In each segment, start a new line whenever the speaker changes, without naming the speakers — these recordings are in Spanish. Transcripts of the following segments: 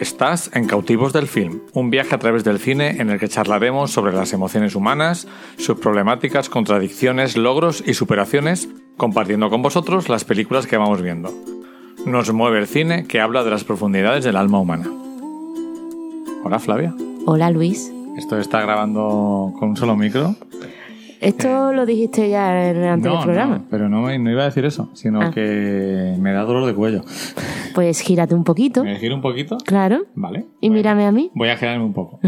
Estás en Cautivos del Film, un viaje a través del cine en el que charlaremos sobre las emociones humanas, sus problemáticas, contradicciones, logros y superaciones, compartiendo con vosotros las películas que vamos viendo. Nos mueve el cine que habla de las profundidades del alma humana. Hola Flavia,
Hola Luis.
esto está grabando con un solo micro.
Esto lo dijiste ya en el anterior
Eh. no,
programa.
no, pero no, me- no iba a decir eso, sino
Ah.
que me da dolor de cuello.
Pues gírate un poquito,
¿Me giro un poquito?
claro.
Vale.
Y
Voy-
mírame a mí.
Voy a girarme un poco.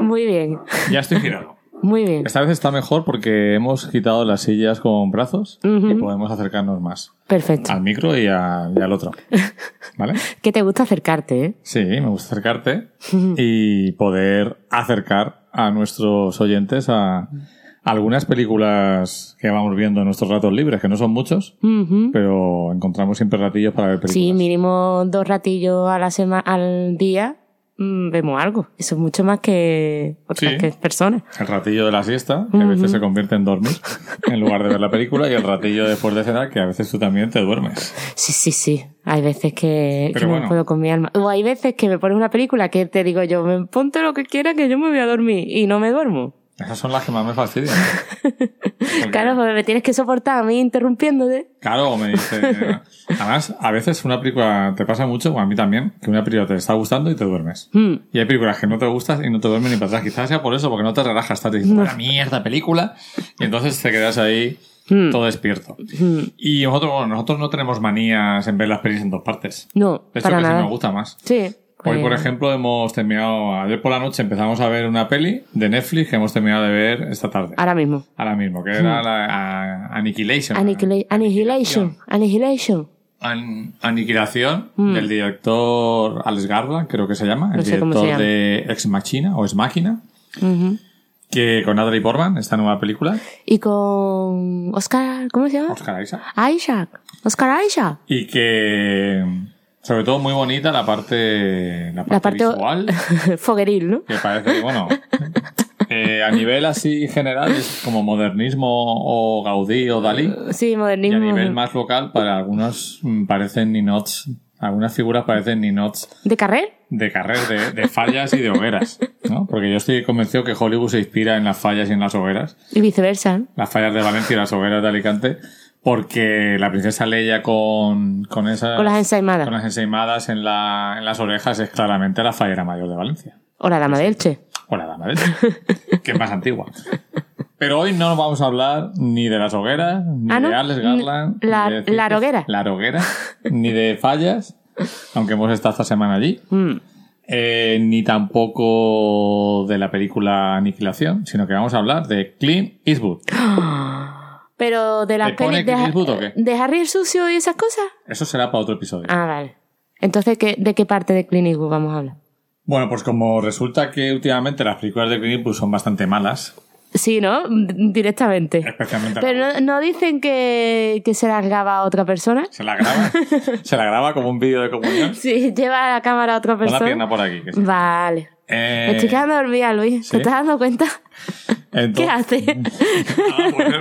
Muy bien,
Ya estoy girado.
muy bien.
Esta vez está mejor porque hemos quitado las sillas con brazos y podemos acercarnos más
Perfecto.
al micro y, a- y al otro. ¿Vale?
Que te gusta acercarte, ¿eh?
Sí, me gusta acercarte y poder acercar a nuestros oyentes a algunas películas que vamos viendo en nuestros ratos libres, que no son muchos,
Ujú.
pero encontramos siempre ratillos para ver películas.
Sí, mínimo dos ratillos a la semana, al día mm, vemos algo. Eso es mucho más que otras
Sí.
que personas.
El ratillo de la siesta, que a veces se convierte en dormir, en lugar de ver la película, y el ratillo después de cenar, que a veces tú también te duermes.
Sí, sí, sí. Hay veces que,
Pero
que no
bueno.
puedo con mi alma. O hay veces que me pones una película que te digo yo, "Me ponte lo que quieras que yo me voy a dormir y no me duermo.
Esas son las que más me fastidian. Porque-
Claro, porque me tienes que soportar a mí interrumpiéndote.
Claro, o me dice. Además, a veces una película te pasa mucho, o a mí también, que una película te está gustando y te duermes.
Mm.
Y hay películas que no te gustan y no te duermes ni para atrás. Quizás sea por eso, porque no te relajas, estás diciendo, una mierda película, y entonces te quedas ahí
Mm.
todo despierto.
Hmm.
Y nosotros, bueno, nosotros no tenemos manías en ver las pelis en dos partes.
No,
De hecho,
para
casi
nada.
me gusta más.
Sí.
Hoy, por
pues,
ejemplo, hemos terminado, ayer por la noche empezamos a ver una peli de Netflix que hemos terminado de ver esta tarde.
Ahora mismo.
Ahora mismo, que era la, a- Annihilation.
Aniquila- Hmm. Annihilation. Annihilation.
An- Aniquilación del director Alex Garland, creo que se llama. El
No sé
director
cómo se llama.
de Ex Machina o Ex Machina. Que con Audrey Portman, esta nueva película,
Y con Oscar, ¿cómo se llama?
Oscar Isaac.
Isaac. Oscar Isaac.
Y que, sobre todo, muy bonita la parte, la parte,
La parte
visual.
fogueril, ¿no?
que parece que, bueno, eh, a nivel así general es como modernismo o Gaudí o Dalí,
Sí,
y a
modernismo.
nivel más local para algunos mm, parecen ninots, algunas figuras parecen ninots
¿De carrer?
de carreras, de, de fallas y de hogueras, ¿no? Porque yo estoy convencido que Hollywood se inspira en las fallas y en las hogueras,
Y viceversa. ¿no?
las fallas de Valencia y las hogueras de Alicante, porque la princesa Leia con, con esas...
Con las ensaimadas.
Ah, con las ensaimadas en, la, en las orejas es claramente la fallera mayor de Valencia.
O la dama del Che.
O la dama de leche, que es más antigua. Pero hoy no vamos a hablar ni de las hogueras, ni
Ah, ¿no?
de Alex Garland.
N- la-
ni de decir
la
que-
hoguera.
La hoguera, ni de fallas, aunque hemos estado esta semana allí.
Mm.
Eh, ni tampoco de la película Aniquilación, sino que vamos a hablar de Clean Eastwood.
Pero de las
¿Te pone
pelis de,
Clint Eastwood o
Ha-
qué?
de Harry el sucio y esas cosas.
Eso será para otro episodio.
Ah, vale. Entonces, ¿qué, ¿de qué parte de Clinic vamos a hablar?
Bueno, pues como resulta que últimamente las películas de Clint Eastwood son bastante malas,
Sí, ¿no? D- Directamente.
especialmente la
Pero no, no dicen que, que se las graba a otra persona.
se la graba, se la graba como un vídeo de comunión.
Sí, lleva la cámara a otra
Con la
persona.
pierna por aquí. que sí.
Vale.
Eh,
Me estoy quedando dormida, Luis.
¿sí?
¿Te estás dando cuenta? ¿Qué
entonces-
haces?
Ah, poner-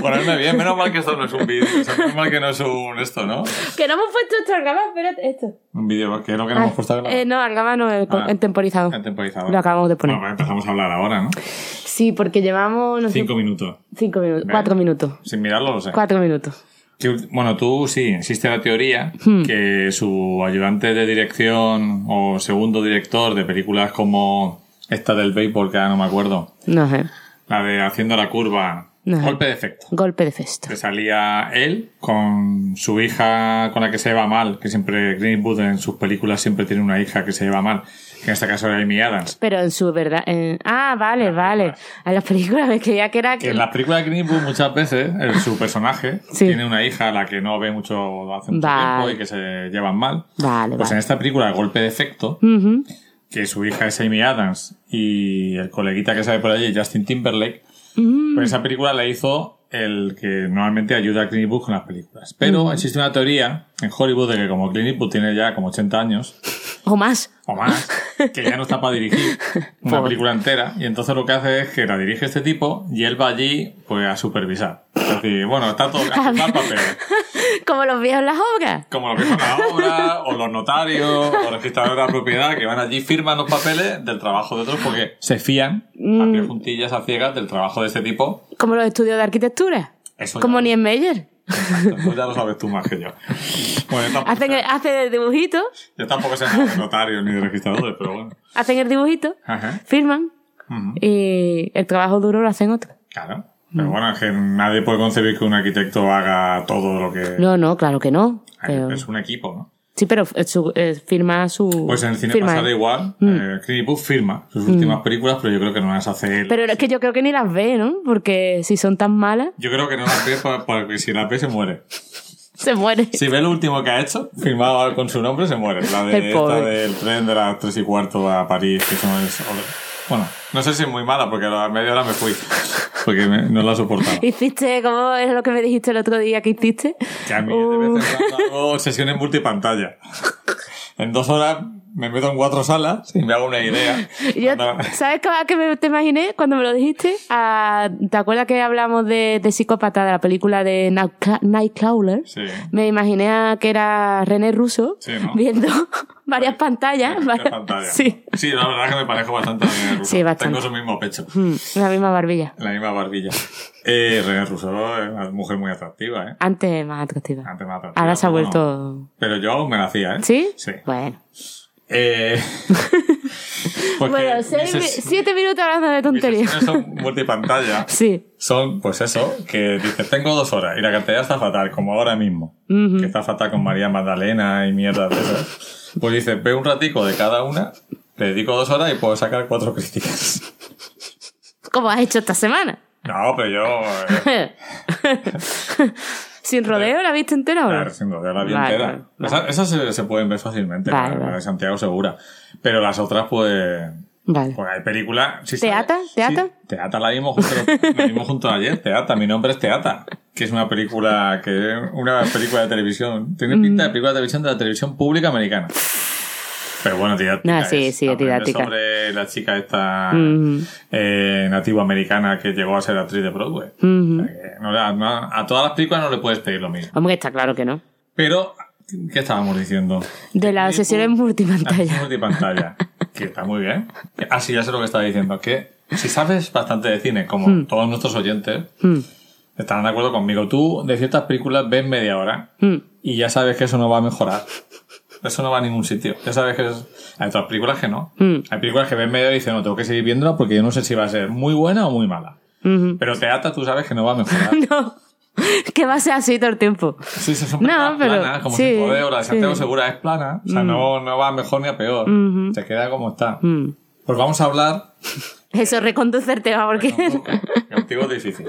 ponerme bien. Menos mal que esto no es un vídeo. o sea, menos mal que no es un esto, ¿no?
que no hemos puesto esto al gama, espérate, esto.
Un vídeo que es lo que no hemos puesto a grabar.
Eh, no, al gama no, el,
Ah.
el temporizado.
El temporizador.
Lo acabamos de poner.
Bueno, pues empezamos a hablar ahora, ¿no?
Sí, porque llevamos, no sé,
Cinco minutos.
cinco minutos,
Vale.
cuatro minutos.
Sin mirarlo, lo sé.
Cuatro minutos.
Que ul- bueno, tú sí, existe la teoría
Hmm.
que su ayudante de dirección o segundo director de películas como esta del béisbol, que ahora no me acuerdo,
No eh, sé.
la de Haciendo la Curva,
Ajá.
Golpe de Efecto.
Golpe de festo.
que salía él con su hija con la que se lleva mal, que siempre Greenwood en sus películas siempre tiene una hija que se lleva mal, que en este caso era Amy Adams.
Pero en su verdad. en- Ah, vale, vale. A las películas me creía que era.
Que en las películas de Greenwood muchas veces el- su personaje
Sí.
tiene una hija a la que no ve mucho hace mucho
Vale.
tiempo y que se llevan mal.
Vale,
Pues en
vale.
esta película, Golpe de Efecto,
Ujú.
que su hija es Amy Adams y el coleguita que sale por allí, Justin Timberlake, pues esa película la hizo el que normalmente ayuda a Clint Eastwood con las películas. Pero existe una teoría en Hollywood de que como Clint Eastwood tiene ya como 80 años
O más.
o más, que ya no está para dirigir una película entera. Y entonces lo que hace es que la dirige este tipo y él va allí pues a supervisar. Es decir, bueno, está todo está papel.
Como los viejos en las obras.
Como los que son las obras, o los notarios, o los registradores de la propiedad, que van allí, firman los papeles del trabajo de otros porque se fían a
Mm.
pie juntillas, a ciegas, del trabajo de este tipo.
Como los estudios de arquitectura.
Eso ya
Como
lo-
Niemeyer.
Exacto, eso ya lo sabes tú más que yo. Bueno, yo tampoco,
Hacen el, hacen el dibujito,
yo tampoco sé nada de notarios ni de registradores, pero bueno.
hacen el dibujito,
Ajá.
firman
Ujú.
y el trabajo duro lo hacen otros.
Claro. Pero bueno, es que nadie puede concebir que un arquitecto haga todo lo que...
No, no, claro que no. pero-
Es un equipo, ¿no?
sí, pero eh, su- eh, firma su.
Pues en el cine
firma
pasado
él. Mm.
igual. Eh, Clint Eastwood firma sus últimas películas, pero yo creo que no las hace él.
Pero es que yo creo que ni las ve, ¿no? Porque si son tan malas,
Yo creo que no las ve pa- porque si las ve se muere.
se muere.
Si ve lo último que ha hecho, firmado con su nombre, se muere. La de
El
esta
pobre.
del tren de las 3 y cuarto a París, que eso es... Bueno, no sé si es muy mala porque a la media hora me fui. Porque me- no la soportaba.
Hiciste, como es lo que me dijiste el otro día que hiciste?
Que a mí de
Uh,
vez en cuando hago sesiones multipantalla. En dos horas me meto en cuatro salas y me hago una idea.
yo-
Cuando-
¿Sabes qué que me, te imaginé cuando me lo dijiste? Ah, ¿Te acuerdas que hablamos de, de Psicópata, de la película de Nightcla- Nightcrawler?
Sí.
Me imaginé a que era René Russo
Sí, ¿no?
viendo varias pantallas.
Qué
varias-
pantalla.
Sí,
sí, la verdad es que me parezco bastante a René Russo.
Sí, bastante.
Tengo su mismo pecho,
Mm, la misma barbilla.
la misma barbilla. Eh, René Russo es una mujer muy atractiva, ¿eh?
Antes más atractiva.
Antes más atractiva,
Ahora se ha
pero
vuelto.
bueno. Pero yo aún me la hacía, ¿eh?
¿Sí?
Sí.
Bueno.
Eh... porque
Bueno,
mis
seis, mi-
ses-
siete minutos hablando de
mis
tonterías.
sesiones son multipantalla.
Sí.
son, pues eso, que dices, tengo dos horas y la cantidad está fatal, como ahora mismo, que está fatal con María Magdalena y mierda de esas. Pues dices, ve un ratico de cada una, le dedico dos horas y puedo sacar cuatro críticas.
Como has hecho esta semana.
No, pero yo... eh,
Sin rodeo, ¿la viste entera o no?
claro, sin rodear la vida
Vale,
entera.
vale.
Esa- Esas se, se pueden ver fácilmente,
Vale,
la- la
vale.
de Santiago segura. Pero las otras, pues...
Vale.
Pues hay películas... Si
¿Te
sale-
ata?
sí,
¿Te ata?
te ata la vimos junto, la vimos junto ayer, Teata, mi nombre es Teata, que es una película que una película de televisión, tiene
Mm.
pinta de película de televisión de la televisión pública americana. Pero bueno, didáctica.
No, Ah, sí,
es.
sí, es
Aprende
didáctica.
Sobre la chica esta
Mm.
eh, nativa americana que llegó a ser actriz de Broadway.
Mm-hmm.
O sea que no le- no- a todas las películas no le puedes pedir lo mismo.
Hombre, está claro que no.
Pero, ¿qué estábamos diciendo?
De las sesiones
Así
multipantalla.
multipantalla. que está muy bien. Así ya sé lo que estaba diciendo. Que si sabes bastante de cine, como todos nuestros oyentes, estarán de acuerdo conmigo. Tú de ciertas películas ves media hora y ya sabes que eso no va a mejorar. Eso no va a ningún sitio. Ya sabes que es- hay otras películas que no. Hay películas que ves media hora y dices, no, tengo que seguir viéndola porque yo no sé si va a ser muy buena o muy mala. Pero te ata, tú sabes que no va a mejorar.
No. Que va a ser así todo el tiempo.
Sí, sí, son
No,
películas
pero-
planas, como
sí,
si poder, o la de
sí. Mm.
Santiago Segura es plana, o sea, no, no va mejor ni a peor, se queda como está.
Mm.
Pues vamos a hablar, Eh,
Eso reconduce el tema porque.
que contigo es difícil.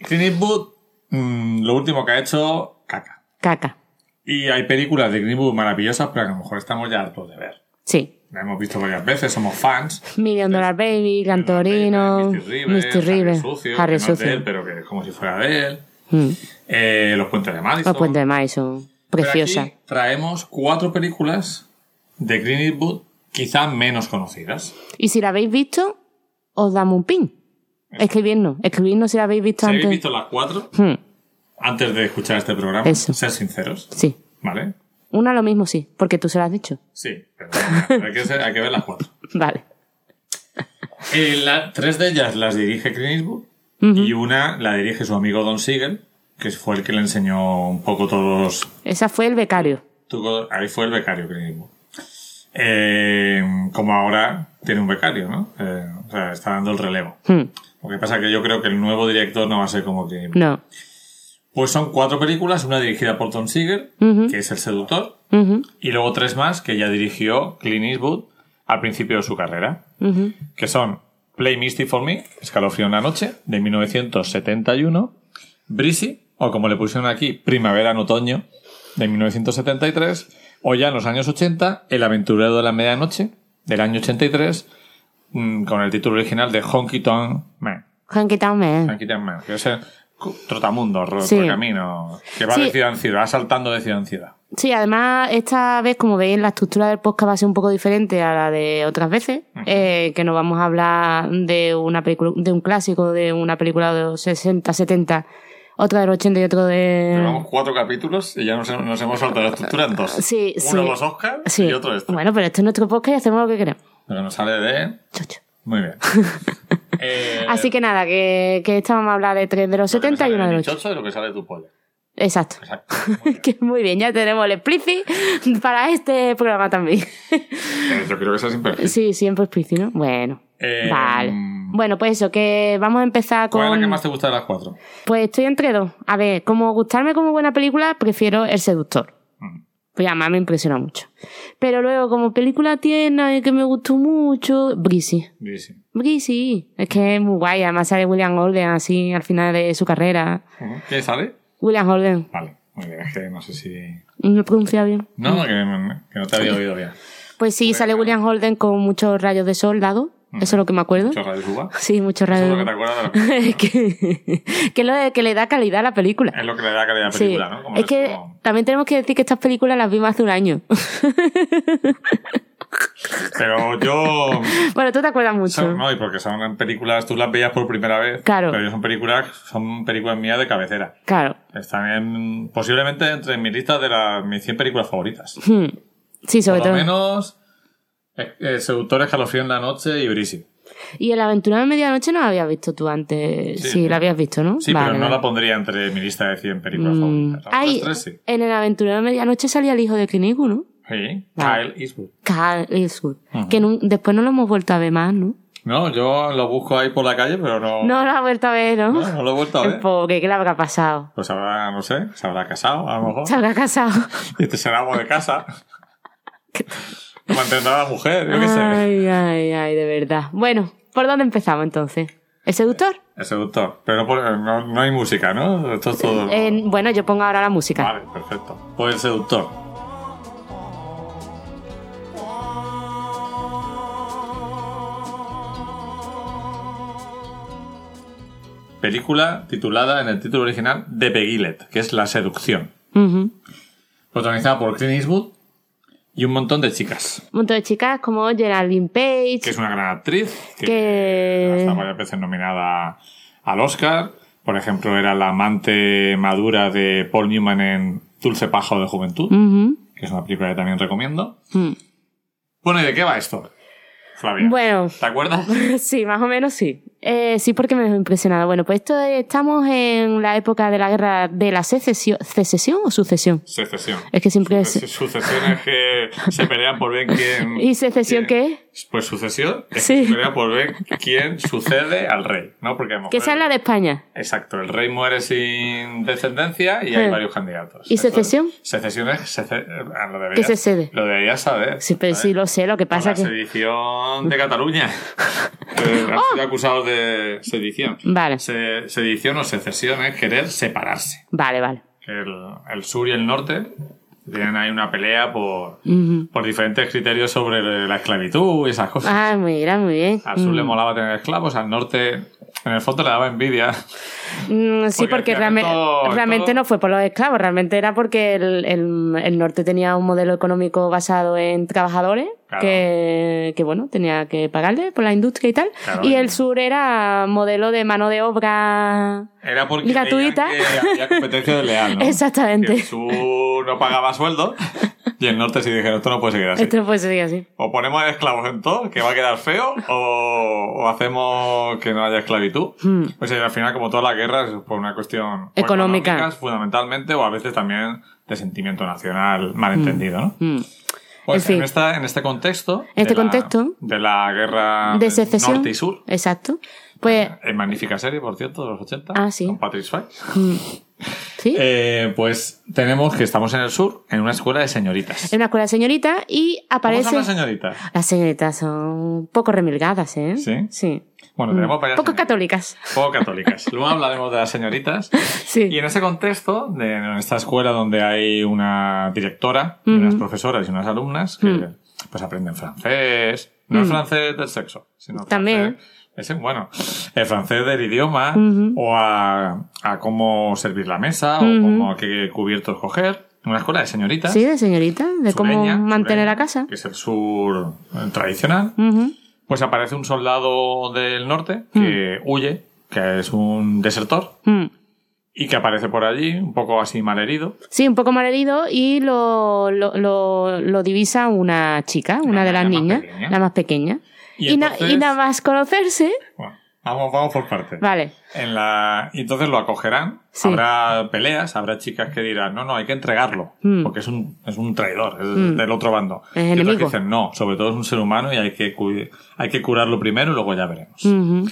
Clint Eastwood, mm, lo último que ha hecho, caca.
Caca.
Y hay películas de Clint Eastwood maravillosas, pero que a lo mejor estamos ya hartos de ver.
Sí.
La hemos visto varias veces, somos fans.
Million
Pues,
Dollar Baby, Cantorino, Misty River,
Harry
Harry
Sucio, que no es de él,
Sucio.
pero que es como si fuera de él.
Mm.
Eh, Los Puentes de Madison.
Los puentes Pues de Madison.
Pero aquí
Preciosa.
traemos cuatro películas de Clint Eastwood quizá menos conocidas.
Y si la habéis visto, os damos un pin. Escribidnos. Escribidnos si la habéis visto
Si habéis
antes.
visto las cuatro
Hmm,
antes de escuchar este programa,
Eso.
ser sinceros,
sí.
¿vale?
Una lo mismo, sí. Porque tú se la has dicho.
Sí, pero bueno, hay, que ser- hay que ver las cuatro.
Vale.
Eh, la- tres de ellas las dirige Clint Eastwood y una la dirige su amigo Don Siegel, que fue el que le enseñó un poco todos
Esa fue el becario.
Tuvo- ahí fue el becario que mismo. Eh, como ahora tiene un becario, ¿no? Eh, o sea, está dando el relevo.
Hmm.
Lo que pasa es que yo creo que el nuevo director no va a ser como que...
No.
Pues son cuatro películas, una dirigida por Tom Seeger, que es El Seductor,
Ujú.
y luego tres más que ya dirigió Clint Eastwood al principio de su carrera, que son Play Misty for Me, Escalofrío en la Noche, de 1971, Breezy, o como le pusieron aquí, Primavera en Otoño, de 1973, o ya en los años 80, El Aventurero de la Medianoche, del año 83, mm, con el título original de Honky Tonk Man.
Hanky Town Man.
Aquí también, que es el cu- trotamundo, ro-
Mm. Sí.
por camino, que va de
Sí.
ciudad en ciudad, va saltando de ciudad en ciudad.
Sí, además, esta vez, como veis, la estructura del podcast va a ser un poco diferente a la de otras veces, eh, que no vamos a hablar de una película, de un clásico, de una película de los 60, 70, otra del 80 y otro de...
Llevamos cuatro capítulos y ya nos, nos hemos saltado la estructura en dos.
Sí, sí.
Uno los Oscars
Sí.
y otro este.
Bueno, pero este es nuestro podcast y hacemos lo que queremos.
Lo que nos sale de...
Chocho.
Muy bien. Eh,
Así que nada, que, que esta vamos a hablar de tres de los
lo que me
70 y
sale
uno
de
de
mi
los 80.
chocho y lo que sale de tu polla.
Exacto.
Exacto. Muy bien.
Que muy bien, ya tenemos el explici para este programa también.
Eh, Yo creo que sea siempre.
Sí, siempre explici, ¿no? Bueno.
Eh,
vale.
mm.
Bueno, pues eso, que vamos a empezar
¿Cuál es la que
con...
más te gusta de las cuatro?
Pues estoy entre dos. A ver, como gustarme como buena película, prefiero El Seductor.
Mm.
Pues además me impresionó mucho. Pero luego, como película tierna y que me gustó mucho, Breezy.
Sí, sí.
Breezy. Es que es muy guay. Además sale William Holden así al final de su carrera.
Ujú. ¿Quién sale?
William Holden.
Vale. Muy bien, es que no sé si...
No pronuncia bien.
No, no, que, que no te había oído bien.
Pues sí, sale William Holden con muchos rayos de sol dado. Eso es lo que me acuerdo.
Chorra de uva.
Sí, muchos
Eso es
rayos
lo que te
de
acuerdas de la película.
sol. que, que es lo de- que le da calidad a la película.
Es lo que le da calidad a la
Sí,
película, ¿no? Como
es que
como-
también tenemos que decir que estas películas las vimos hace un año.
Pero yo...
bueno, tú te acuerdas mucho.
son- no, y porque son películas, tú las veías por primera vez.
Claro.
Pero son películas, son películas mías de cabecera.
Claro.
Están en- posiblemente entre mi lista de las, mis 100 películas favoritas.
Hmm. Sí, sobre
Por lo
todo.
menos, eh, eh, Seductor, Escalofrío en la Noche y Brisi.
Y el aventura de medianoche no la habías visto tú antes.
Sí.
Sí, la habías visto, ¿no?
Sí,
Vale,
pero no
vale.
la pondría entre mi lista de 100 películas
Mm.
favoritas. Las
Ay,
otras tres sí.
en el aventura de medianoche salía el hijo de Clinico, ¿no?
Sí,
Vale.
Kyle Eastwood.
Carl Eastwood. Que nun- después no lo hemos vuelto a ver más, ¿no?
No, yo lo busco ahí por la calle, pero no.
No lo ha vuelto a ver, ¿no?
no, ¿eh? no lo he vuelto a
El
ver.
pobre, ¿qué le habrá pasado?
Pues habrá, no sé, se habrá casado, a lo mejor.
Se habrá casado.
Y este será amo de casa. Mantendrá a la mujer, yo qué sé.
Ay, ay, ay, de verdad. Bueno, ¿por dónde empezamos entonces? ¿El seductor?
El seductor. Pero no, pone- no, no hay música, ¿no? Esto es todo.
Eh, bueno, yo pongo ahora la música.
Vale, perfecto. Pues el seductor. Película titulada en el título original The Beguilet, que es La seducción.
Ujú.
Protagonizada por Clint Eastwood y un montón de chicas.
Un montón de chicas como Geraldine Page,
Que es una gran actriz. Que,
Que-
Hasta varias veces nominada al Oscar. Por ejemplo, era la amante madura de Paul Newman en Dulce Pájaro de Juventud.
Ujú.
que es una película que también recomiendo.
Mm.
Bueno, ¿y de qué va esto, Flavia?
Bueno,
¿Te acuerdas?
sí, más o menos sí. Eh, sí, porque me dejó impresionada. Bueno, pues esto es- estamos en la época de la guerra de la secesión, ¿secesión o sucesión?
Secesión.
Es que siempre es...
Suce- Sucesiones que se pelean por ver quién...
¿Y secesión qué
es? Pues sucesión es
Sí.
que se pelea por ver quién sucede al rey, ¿no? Porque a lo
Que
mejor-
sea la de España.
Exacto, el rey muere sin descendencia y hay
Eh.
varios candidatos.
¿Y
Eso es.
secesión?
Secesión es... sece- ah, Lo deberías,
¿Qué se cede?
Lo deberías saber.
Sí, pero sí lo sé, lo que
Por
pasa
la
que...
sedición de Cataluña. Eh, han sido acusados de sedición.
Oh. Vale.
Se- sedición o secesión es querer separarse.
Vale, vale.
El, el sur y el norte tienen ahí una pelea por,
Ujú.
por diferentes criterios sobre la esclavitud y esas cosas.
Ah, mm. mira, muy bien.
Al sur le molaba tener esclavos, al norte en el fondo le daba envidia.
Mm, sí,
Porque
porque,
al final
realme-
todo-
realmente
todo-
no fue por los esclavos, realmente era porque el, el- el norte tenía un modelo económico basado en trabajadores,
Claro.
que, que, bueno, tenía que pagarle por la industria y tal,
Claro,
y
y-
el sur era modelo de mano de obra.
Era porque
Y gratuita.
veían que había competencia desleal, ¿no?
Exactamente.
Que el sur no pagaba sueldo y el norte sí dijeron, esto no puede seguir así.
Esto pues sería así.
O ponemos esclavos en todo, que va a quedar feo, o, o hacemos que no haya esclavitud.
Hmm.
Pues al final, como todas las guerras, es por una cuestión o
Económica.
económicas, fundamentalmente, o a veces también de sentimiento nacional malentendido, ¿no?
Mm.
Pues
En fin.
en, esta, en este contexto.
En este
de la-
contexto.
de la guerra
De secesión.
Ah, norte y sur. Ah,
Exacto. Pues,
Es magnífica serie, por cierto, de los 80.
Ah, sí.
Con Patrick Swayze.
hmm. sí.
Eh, pues tenemos que estamos en el sur, en una escuela de señoritas.
Es una escuela de señoritas y
¿Cómo
aparece.
son las señoritas?
Las señoritas son poco remilgadas, ¿eh?
¿Sí?
Sí. Hmm.
Bueno, tenemos varias
mm, Poco
señoritas.
católicas.
poco católicas. Luego hablaremos de las señoritas.
Sí.
Y en ese contexto, de en esta escuela donde hay una directora, y unas profesoras y unas alumnas que
Mm.
pues aprenden francés, no el francés del sexo, sino
También.
francés- ese, bueno, el francés del idioma o a, a cómo servir la mesa o cómo qué cubiertos coger. En una escuela de señoritas.
Sí, de señorita, de cómo
sureña,
mantener
sureña,
la casa.
Que es el sur eh, tradicional.
Ujú.
Pues aparece un soldado del norte que
Hmm.
huye, que es un desertor,
Mm.
y que aparece por allí, un poco así malherido.
Sí, un poco malherido y lo, lo, lo, lo divisa una chica, una
La-
de las
la más
niñas,
pequeña.
la más pequeña.
Y
Y, na-
entonces-
y nada más conocerse,
Bueno, vamos, vamos por partes.
vale,
En la... Y entonces lo acogerán.
Sí.
Habrá peleas, habrá chicas que dirán, no, no, hay que entregarlo,
Mm.
porque es un, es un traidor, es
Mm.
del otro bando.
Es
y otras que
enemigo.
dicen, no, sobre todo es un ser humano y hay que, cu- hay que curarlo primero y luego ya veremos.
Ujú.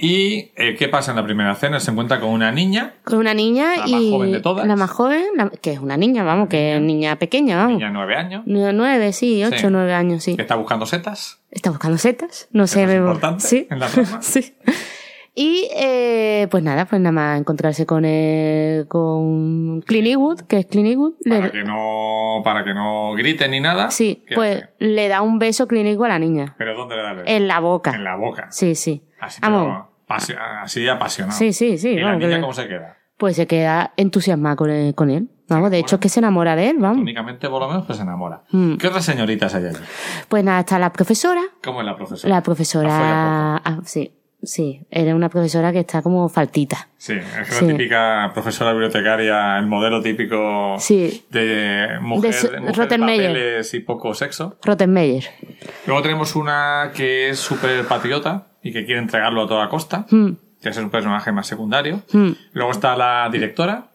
¿Y eh, qué pasa en la primera cena? Se encuentra con una niña,
con una niña
La más
y
joven de todas.
la más joven, la- que es una niña, vamos, que es niña pequeña, vamos.
niña de nueve años,
Nueve, sí, ocho,
Sí.
nueve años, sí.
que está buscando setas.
Está buscando setas, no sé.
es
vemos-
importante
sí.
en la trama.
sí. Y eh, pues nada, pues nada más encontrarse con el, con Clint Eastwood, que es Clint Eastwood. le-
Para que no, para que no griten ni nada.
sí,
¿qué
pues
hace?
le da un beso Clint Eastwood a la niña.
¿Pero dónde le da el beso?
En la boca.
En la boca.
Sí, sí.
Así,
Vamos.
pero pasi- así apasionado.
Sí, sí, sí.
¿Y la
vamos,
niña
que-
cómo se queda?
Pues se queda entusiasmada con él. Con él. Vamos, de hecho es que se enamora de él, vamos.
Únicamente, por lo menos, pues se enamora.
Mm.
¿Qué otras señoritas hay allí?
Pues nada, está la profesora.
¿Cómo es la profesora?
La
La
profesora... ah, sí, sí. Era una profesora que está como faltita.
Sí, es
Sí.
la típica profesora bibliotecaria, el modelo típico
Sí,
de mujer,
De su-
de mujer
Rottenmeier.
papeles y poco sexo.
Rottenmeier.
Luego tenemos una que es súper patriota y que quiere entregarlo a toda costa,
Mm,
que es un personaje más secundario.
mm.
Luego está la directora,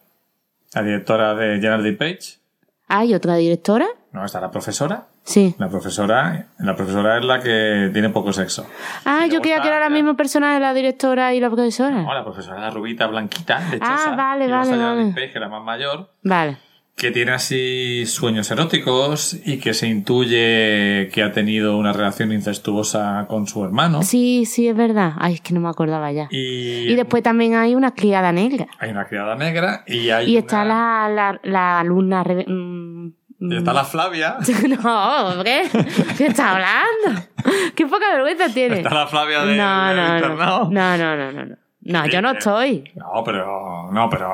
la directora de Gerard D. Page.
Hay ¿Ah, otra directora.
No, está la profesora.
Sí.
La profesora, la profesora es la que tiene poco sexo.
Ah, yo
luego
creía
está
que era la
la-
misma persona de la directora y la profesora.
No, la profesora es la rubita blanquita, lechosa.
Ah, vale,
y luego
vale,
está Gerard
vale.
D. Page, que es la más mayor,
Vale.
que tiene así sueños eróticos y que se intuye que ha tenido una relación incestuosa con su hermano.
Sí, sí, es verdad. Ay, es que no me acordaba ya. Y,
Y,
después también hay una criada negra.
hay una criada negra y hay
Y está
una-
la, la, la alumna... rebe- mm,
y
mm.
está la Flavia.
No, hombre, ¿qué está hablando? Qué poca vergüenza tiene.
Está la Flavia
no,
del-
no,
del internado.
no, no, no, no, no, no. No, yo no estoy.
No, pero no, pero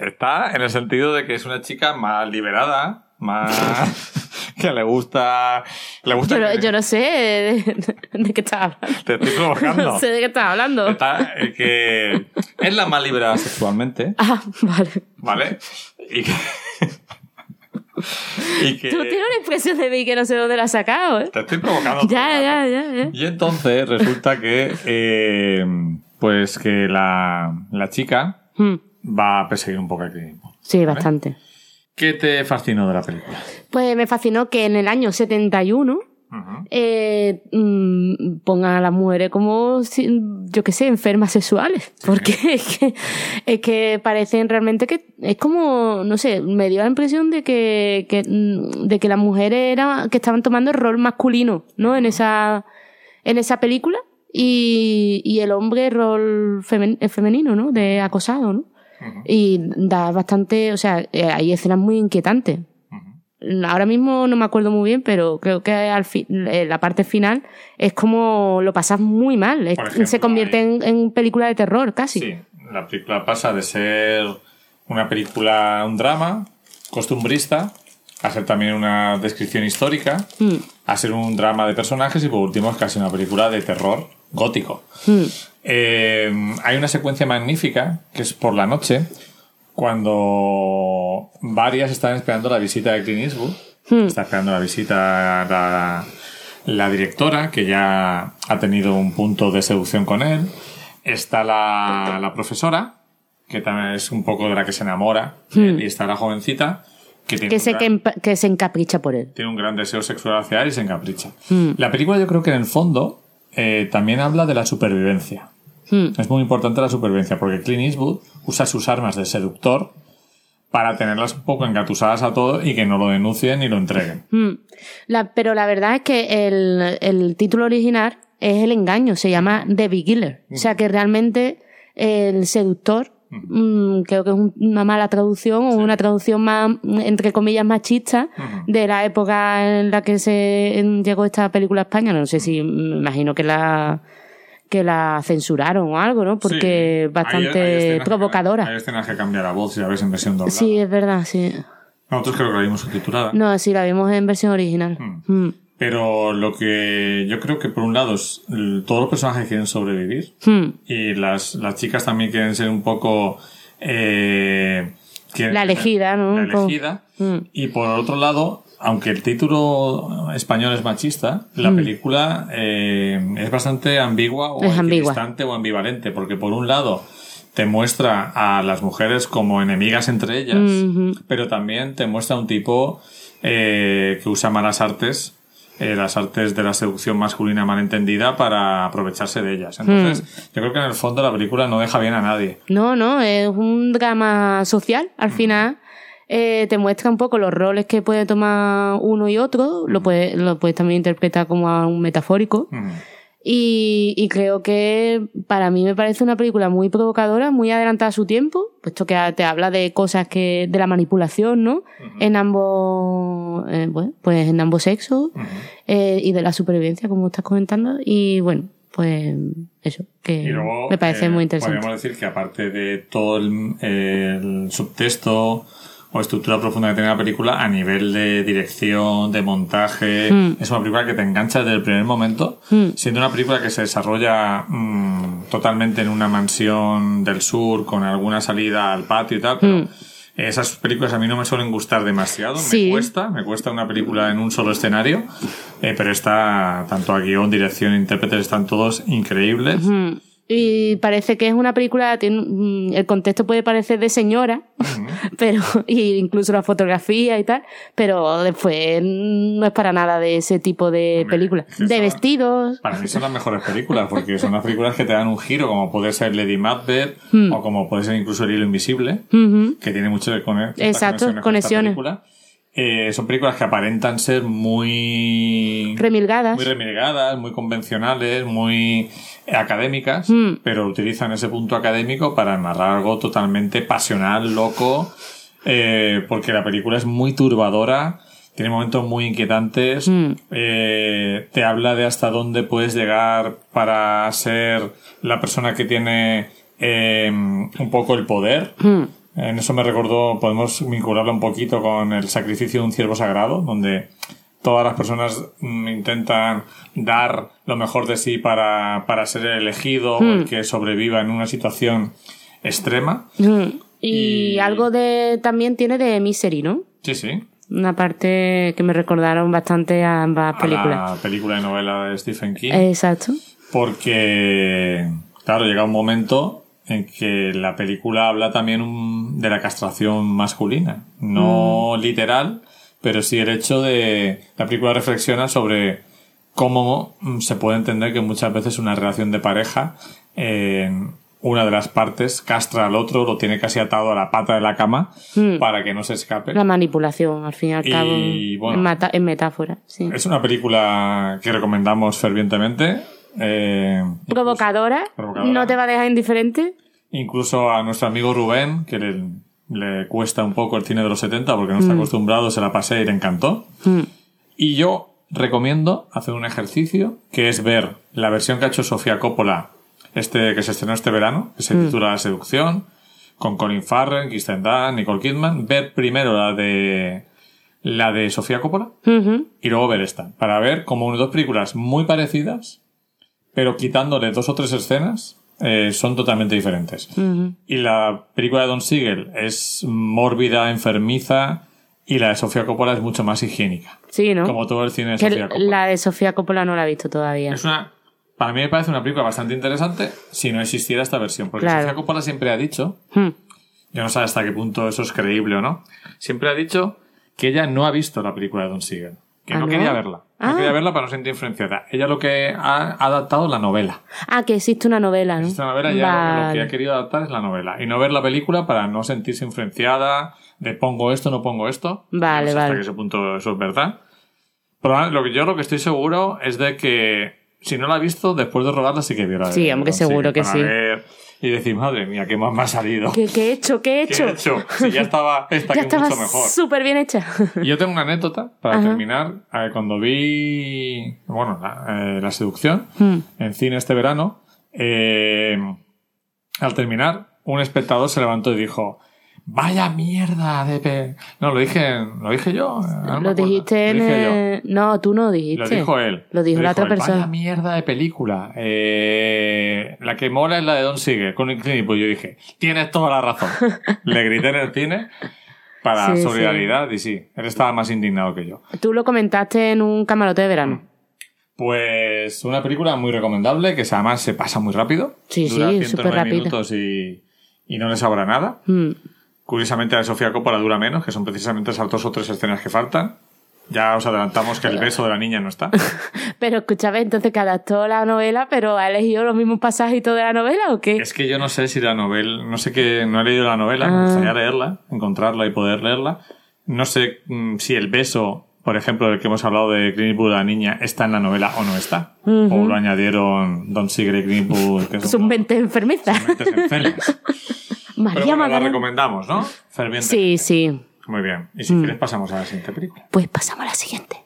está en el sentido de que es una chica más liberada, más que le gusta le gusta
Yo no,
que-
yo no sé de, de qué estás hablando.
te estoy provocando.
No sé de qué estás hablando.
Está, eh, que es la más liberada sexualmente,
Ah, vale.
¿vale? Y que, y que
Tú tienes una impresión de mí que no sé dónde la has sacado, ¿eh?
te estoy provocando.
Ya, ya, ya, ya.
Y entonces resulta que eh, pues que la, la chica
Mm,
va a perseguir un poco aquí.
Sí, bastante.
¿Qué te fascinó de la película?
Pues me fascinó que en el año 71
Ujú.
eh, mm, pongan a las mujeres como, si- yo qué sé, enfermas sexuales. Porque es que, es que parecen realmente que es como, no sé, me dio la impresión de que, que, mm, de que las mujeres eran, que estaban tomando el rol masculino, ¿no? En esa, en esa película. Y, y el hombre el rol femen- el femenino, ¿no? De acosado, ¿no? Y da bastante, o sea, eh, hay escenas muy inquietantes. Ahora mismo no me acuerdo muy bien, pero creo que al fi- eh, la parte final es como lo pasas muy mal. Es-
Por ejemplo,
se convierte
hay-
en, en película de terror casi.
Sí, la película pasa de ser una película, un drama costumbrista, a ser también una descripción histórica,
Mm,
a ser un drama de personajes y por último es casi una película de terror gótico.
mm.
Eh, hay una secuencia magnífica que es por la noche, cuando varias están esperando la visita de Clint Eastwood.
Hmm.
Está esperando la visita la, la directora, que ya ha tenido un punto de seducción con él. Está la, la profesora, que también es un poco de la que se enamora. Y está la jovencita, que tiene
Hmm. Que,
un
se,
gran-
que, empa- que se encapricha por él.
tiene un gran deseo sexual hacia él y se encapricha.
Hmm.
La película yo creo que en el fondo eh, también habla de la supervivencia.
Mm.
Es muy importante la supervivencia porque Clint Eastwood usa sus armas de seductor para tenerlas un poco engatusadas a todo y que no lo denuncien ni lo entreguen.
Mm. La- pero la verdad es que el, el título original es El engaño, se llama The Beginner. O sea que realmente el seductor, mm, creo que es un- una mala traducción o una traducción más, mm, entre comillas, machista de la época en la que se en- llegó esta película a España. No sé si, me imagino que la que la censuraron o algo, ¿no? Porque
Sí.
bastante
Hay- hay escenas que-
provocadora.
Hay escenas que cambian la voz si la ves en versión doblada.
sí, es verdad, sí.
Nosotros creo que la vimos subtitulada.
No, sí, la vimos en versión original. Mm.
Pero lo que yo creo que por un lado es, l- todos los personajes quieren sobrevivir
Mm.
y las, las chicas también quieren ser un poco... eh, quieren-
La elegida, ¿no?
La
Un poco.
elegida.
Mm.
Y por otro lado, aunque el título español es machista, la
Mm.
película eh, es bastante ambigua o
Es ambigua.
equidistante o ambivalente, porque por un lado te muestra a las mujeres como enemigas entre ellas, pero también te muestra un tipo eh, que usa malas artes. eh, las artes de la seducción masculina malentendida para aprovecharse de ellas. Entonces,
Hmm.
yo creo que en el fondo la película no deja bien a nadie.
No, no, es un drama social.
Mm.
Al final eh, te muestra un poco los roles que puede tomar uno y otro. Lo puedes, lo puedes también interpretar como a un metafórico.
Mm.
Y, y creo que para mí me parece una película muy provocadora, muy adelantada a su tiempo, puesto que te habla de cosas que de la manipulación, ¿no? En ambos, eh, bueno, pues en ambos sexos eh, y de la supervivencia, como estás comentando. Y bueno, pues eso, que
Y luego,
me parece
eh,
muy interesante.
Podríamos decir que aparte de todo el, el subtexto o estructura profunda que tiene la película, a nivel de dirección, de montaje,
Hmm.
es una película que te engancha desde el primer momento, siendo una película que se desarrolla mm, totalmente en una mansión del sur, con alguna salida al patio y tal, pero...
Hmm.
Esas películas a mí no me suelen gustar demasiado,
Sí.
me cuesta, me cuesta una película en un solo escenario, eh, pero está tanto a guión, dirección, intérpretes, están todos increíbles.
Mm. Y parece que es una película, tiene, un- mm, el contexto puede parecer de señora, pero y incluso la fotografía y tal, pero después no es para nada de ese tipo de
Hombre,
película.
es que
De
esa-
vestidos.
Para mí son las mejores películas, porque son las películas que te dan un giro, como puede ser Lady Macbeth, o como puede ser incluso El Hilo Invisible,
Hmm. Ujú.
que tiene mucho que ver
Exacto, conexiones.
Eh, son películas que aparentan ser muy,
Remilgadas.
muy remilgadas, muy convencionales, muy académicas,
Mm.
pero utilizan ese punto académico para narrar algo totalmente pasional, loco, eh, porque la película es muy turbadora, tiene momentos muy inquietantes, eh, te habla de hasta dónde puedes llegar para ser la persona que tiene eh, un poco el poder. En eso me recordó, podemos vincularlo un poquito con el sacrificio de un ciervo sagrado, donde todas las personas mm, intentan dar lo mejor de sí para, para ser el elegido o el que sobreviva en una situación extrema.
Mm. Y,
Y-
algo de también tiene de Misery, ¿no?
Sí, sí.
Una parte que me recordaron bastante a ambas
A
películas.
la película y novela de Stephen King.
Exacto.
Porque, claro, llega un momento en que la película habla también un- de la castración masculina. No literal, pero sí el hecho de... La película reflexiona sobre cómo mm, se puede entender que muchas veces una relación de pareja, eh, una de las partes castra al otro, lo tiene casi atado a la pata de la cama para que no se escape.
La manipulación, al fin y al
Y,
cabo.
bueno.
en, mata- en metáfora, sí.
Es una película que recomendamos fervientemente. eh,
Provocadora,
Provocadora.
no te va a dejar indiferente.
incluso a nuestro amigo Rubén, que le, le cuesta un poco el cine de los 70 porque no está acostumbrado, se la pasé y le encantó. Y yo recomiendo hacer un ejercicio que es ver la versión que ha hecho Sofía Coppola, este que se estrenó este verano, que se titula La seducción, con Colin Farrell, Kirsten Dunst, Nicole Kidman, ver primero la de la de Sofía Coppola
Ujú.
y luego ver esta, para ver como dos películas muy parecidas, pero quitándole dos o tres escenas, eh, son totalmente diferentes. Y la película de Don Siegel es mórbida, enfermiza, y la de Sofía Coppola es mucho más higiénica.
Sí, ¿no?
Como todo el cine de
Que
Sofía Coppola.
la de Sofía Coppola no la he visto todavía.
Es una, para mí me parece una película bastante interesante si no existiera esta versión, porque
Claro.
Sofía Coppola siempre ha dicho
Hmm.
yo no sé hasta qué punto eso es creíble o no. Siempre ha dicho que ella no ha visto la película de Don Siegel. Que
¿Ah,
no,
no?
quería verla.
Ah.
No quería verla para no sentir influenciada. Ella lo que ha ha adaptado es la novela.
Ah, que existe una novela, ¿no?
Esta novela ya lo- lo,
Vale.
que ha querido adaptar es la novela. Y no ver la película para no sentirse influenciada de pongo esto, no pongo esto.
Vale,
no sé
vale.
Hasta que ese punto eso es verdad. Pero lo que yo lo que estoy seguro es de que si no la ha visto, después de robarla sí que vio la
Sí, hombre,
Consigue
seguro que
para
sí.
ver y decir, madre mía, qué más me ha salido.
¿Qué, qué he hecho? ¿Qué he
¿Qué
hecho?
he hecho? Si ya estaba esta
Ya
que
estaba
mucho mejor.
súper bien hecha.
Y yo tengo una anécdota para
Ajá.
terminar. Eh, cuando vi, bueno, la, eh, La seducción
Hmm.
en cine este verano, eh, al terminar, un espectador se levantó y dijo, Vaya mierda de... pe-". No, lo dije, lo dije yo. eh, no Ah, me
lo
acuerdo.
dijiste en.
Lo dije yo.
eh, No, tú no dijiste.
Lo dijo él.
Lo dijo la otra
él. Vaya
persona.
mierda de película. Eh, la que mola es la de Don Sigue, con Clint Pues yo dije, tienes toda la razón. Le grité en el cine para
Sí, sí.
solidaridad y sí, él estaba más indignado que yo.
Tú lo comentaste en un camarote de verano.
Pues una película muy recomendable que se- además se pasa muy rápido.
Sí,
Dura
sí,
109
superrápido.
minutos y, y no les sabrá nada.
Mm.
Curiosamente la de Sofía Coppola dura menos, que son precisamente esas dos o tres escenas que faltan. Ya os adelantamos que el beso de la niña no está.
Pero escúchame, entonces que adaptó la novela, pero ha elegido los mismos pasajitos de la novela o qué?
Es que yo no sé si la novela, no sé que no he leído la novela, me
Ah.
gustaría leerla, encontrarla y poder leerla. No sé mm, si el beso, por ejemplo, del que hemos hablado de Greenwood la niña, está en la novela o no está. O lo añadieron Don Sigre Greenwood, que
Son 20 enfermizas.
mentes enfermas. Pero
María
bueno, la
Magdalena.
recomendamos, ¿no? Ferviente.
Sí, Mm. sí.
Muy bien. Y si quieres pasamos a la siguiente película.
Pues pasamos a la siguiente.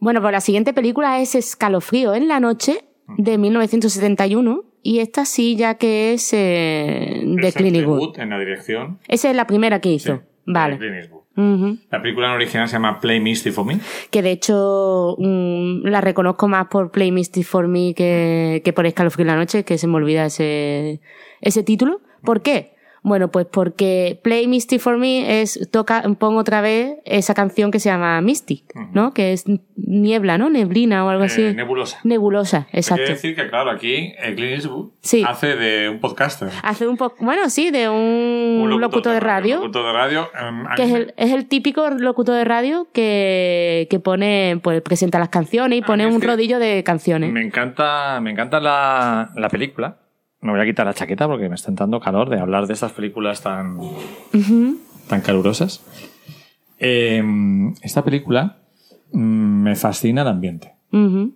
Bueno, pues la siguiente película es Escalofrío en la noche de 1971 y esta sí ya que es eh, de
Es el
Clint Eastwood.
debut en la dirección.
Esa es la primera que
sí,
hizo.
de
Vale.
Clint Eastwood.
Ujú.
La película en original se llama Play Misty for Me.
Que de hecho mm, la reconozco más por Play Misty for Me que, que por Escalofrío en la noche, que se me olvida ese, ese título. ¿Por qué? Bueno, pues porque Play Misty for Me es, toca, pongo otra vez esa canción que se llama Misty, ¿no? Que es niebla, ¿no? Neblina o algo
Eh,
así.
nebulosa.
Nebulosa,
Quiere
exacto.
decir que, claro, aquí eh, Clint Eastwood
Sí.
hace de un podcaster.
Hace un poco, bueno, sí, de un, locutor, de radio.
Un locutor de radio. em, a
que
mí
es
me-
el, es el típico locutor de radio que, que pone, pues presenta las canciones y
A
pone
mí es Ah,
un
que
rodillo de canciones.
Me encanta, me encanta la, la película. Me voy a quitar la chaqueta porque me está dando calor de hablar de estas películas tan, tan calurosas. Eh, esta película mm, me fascina el ambiente
Ujú.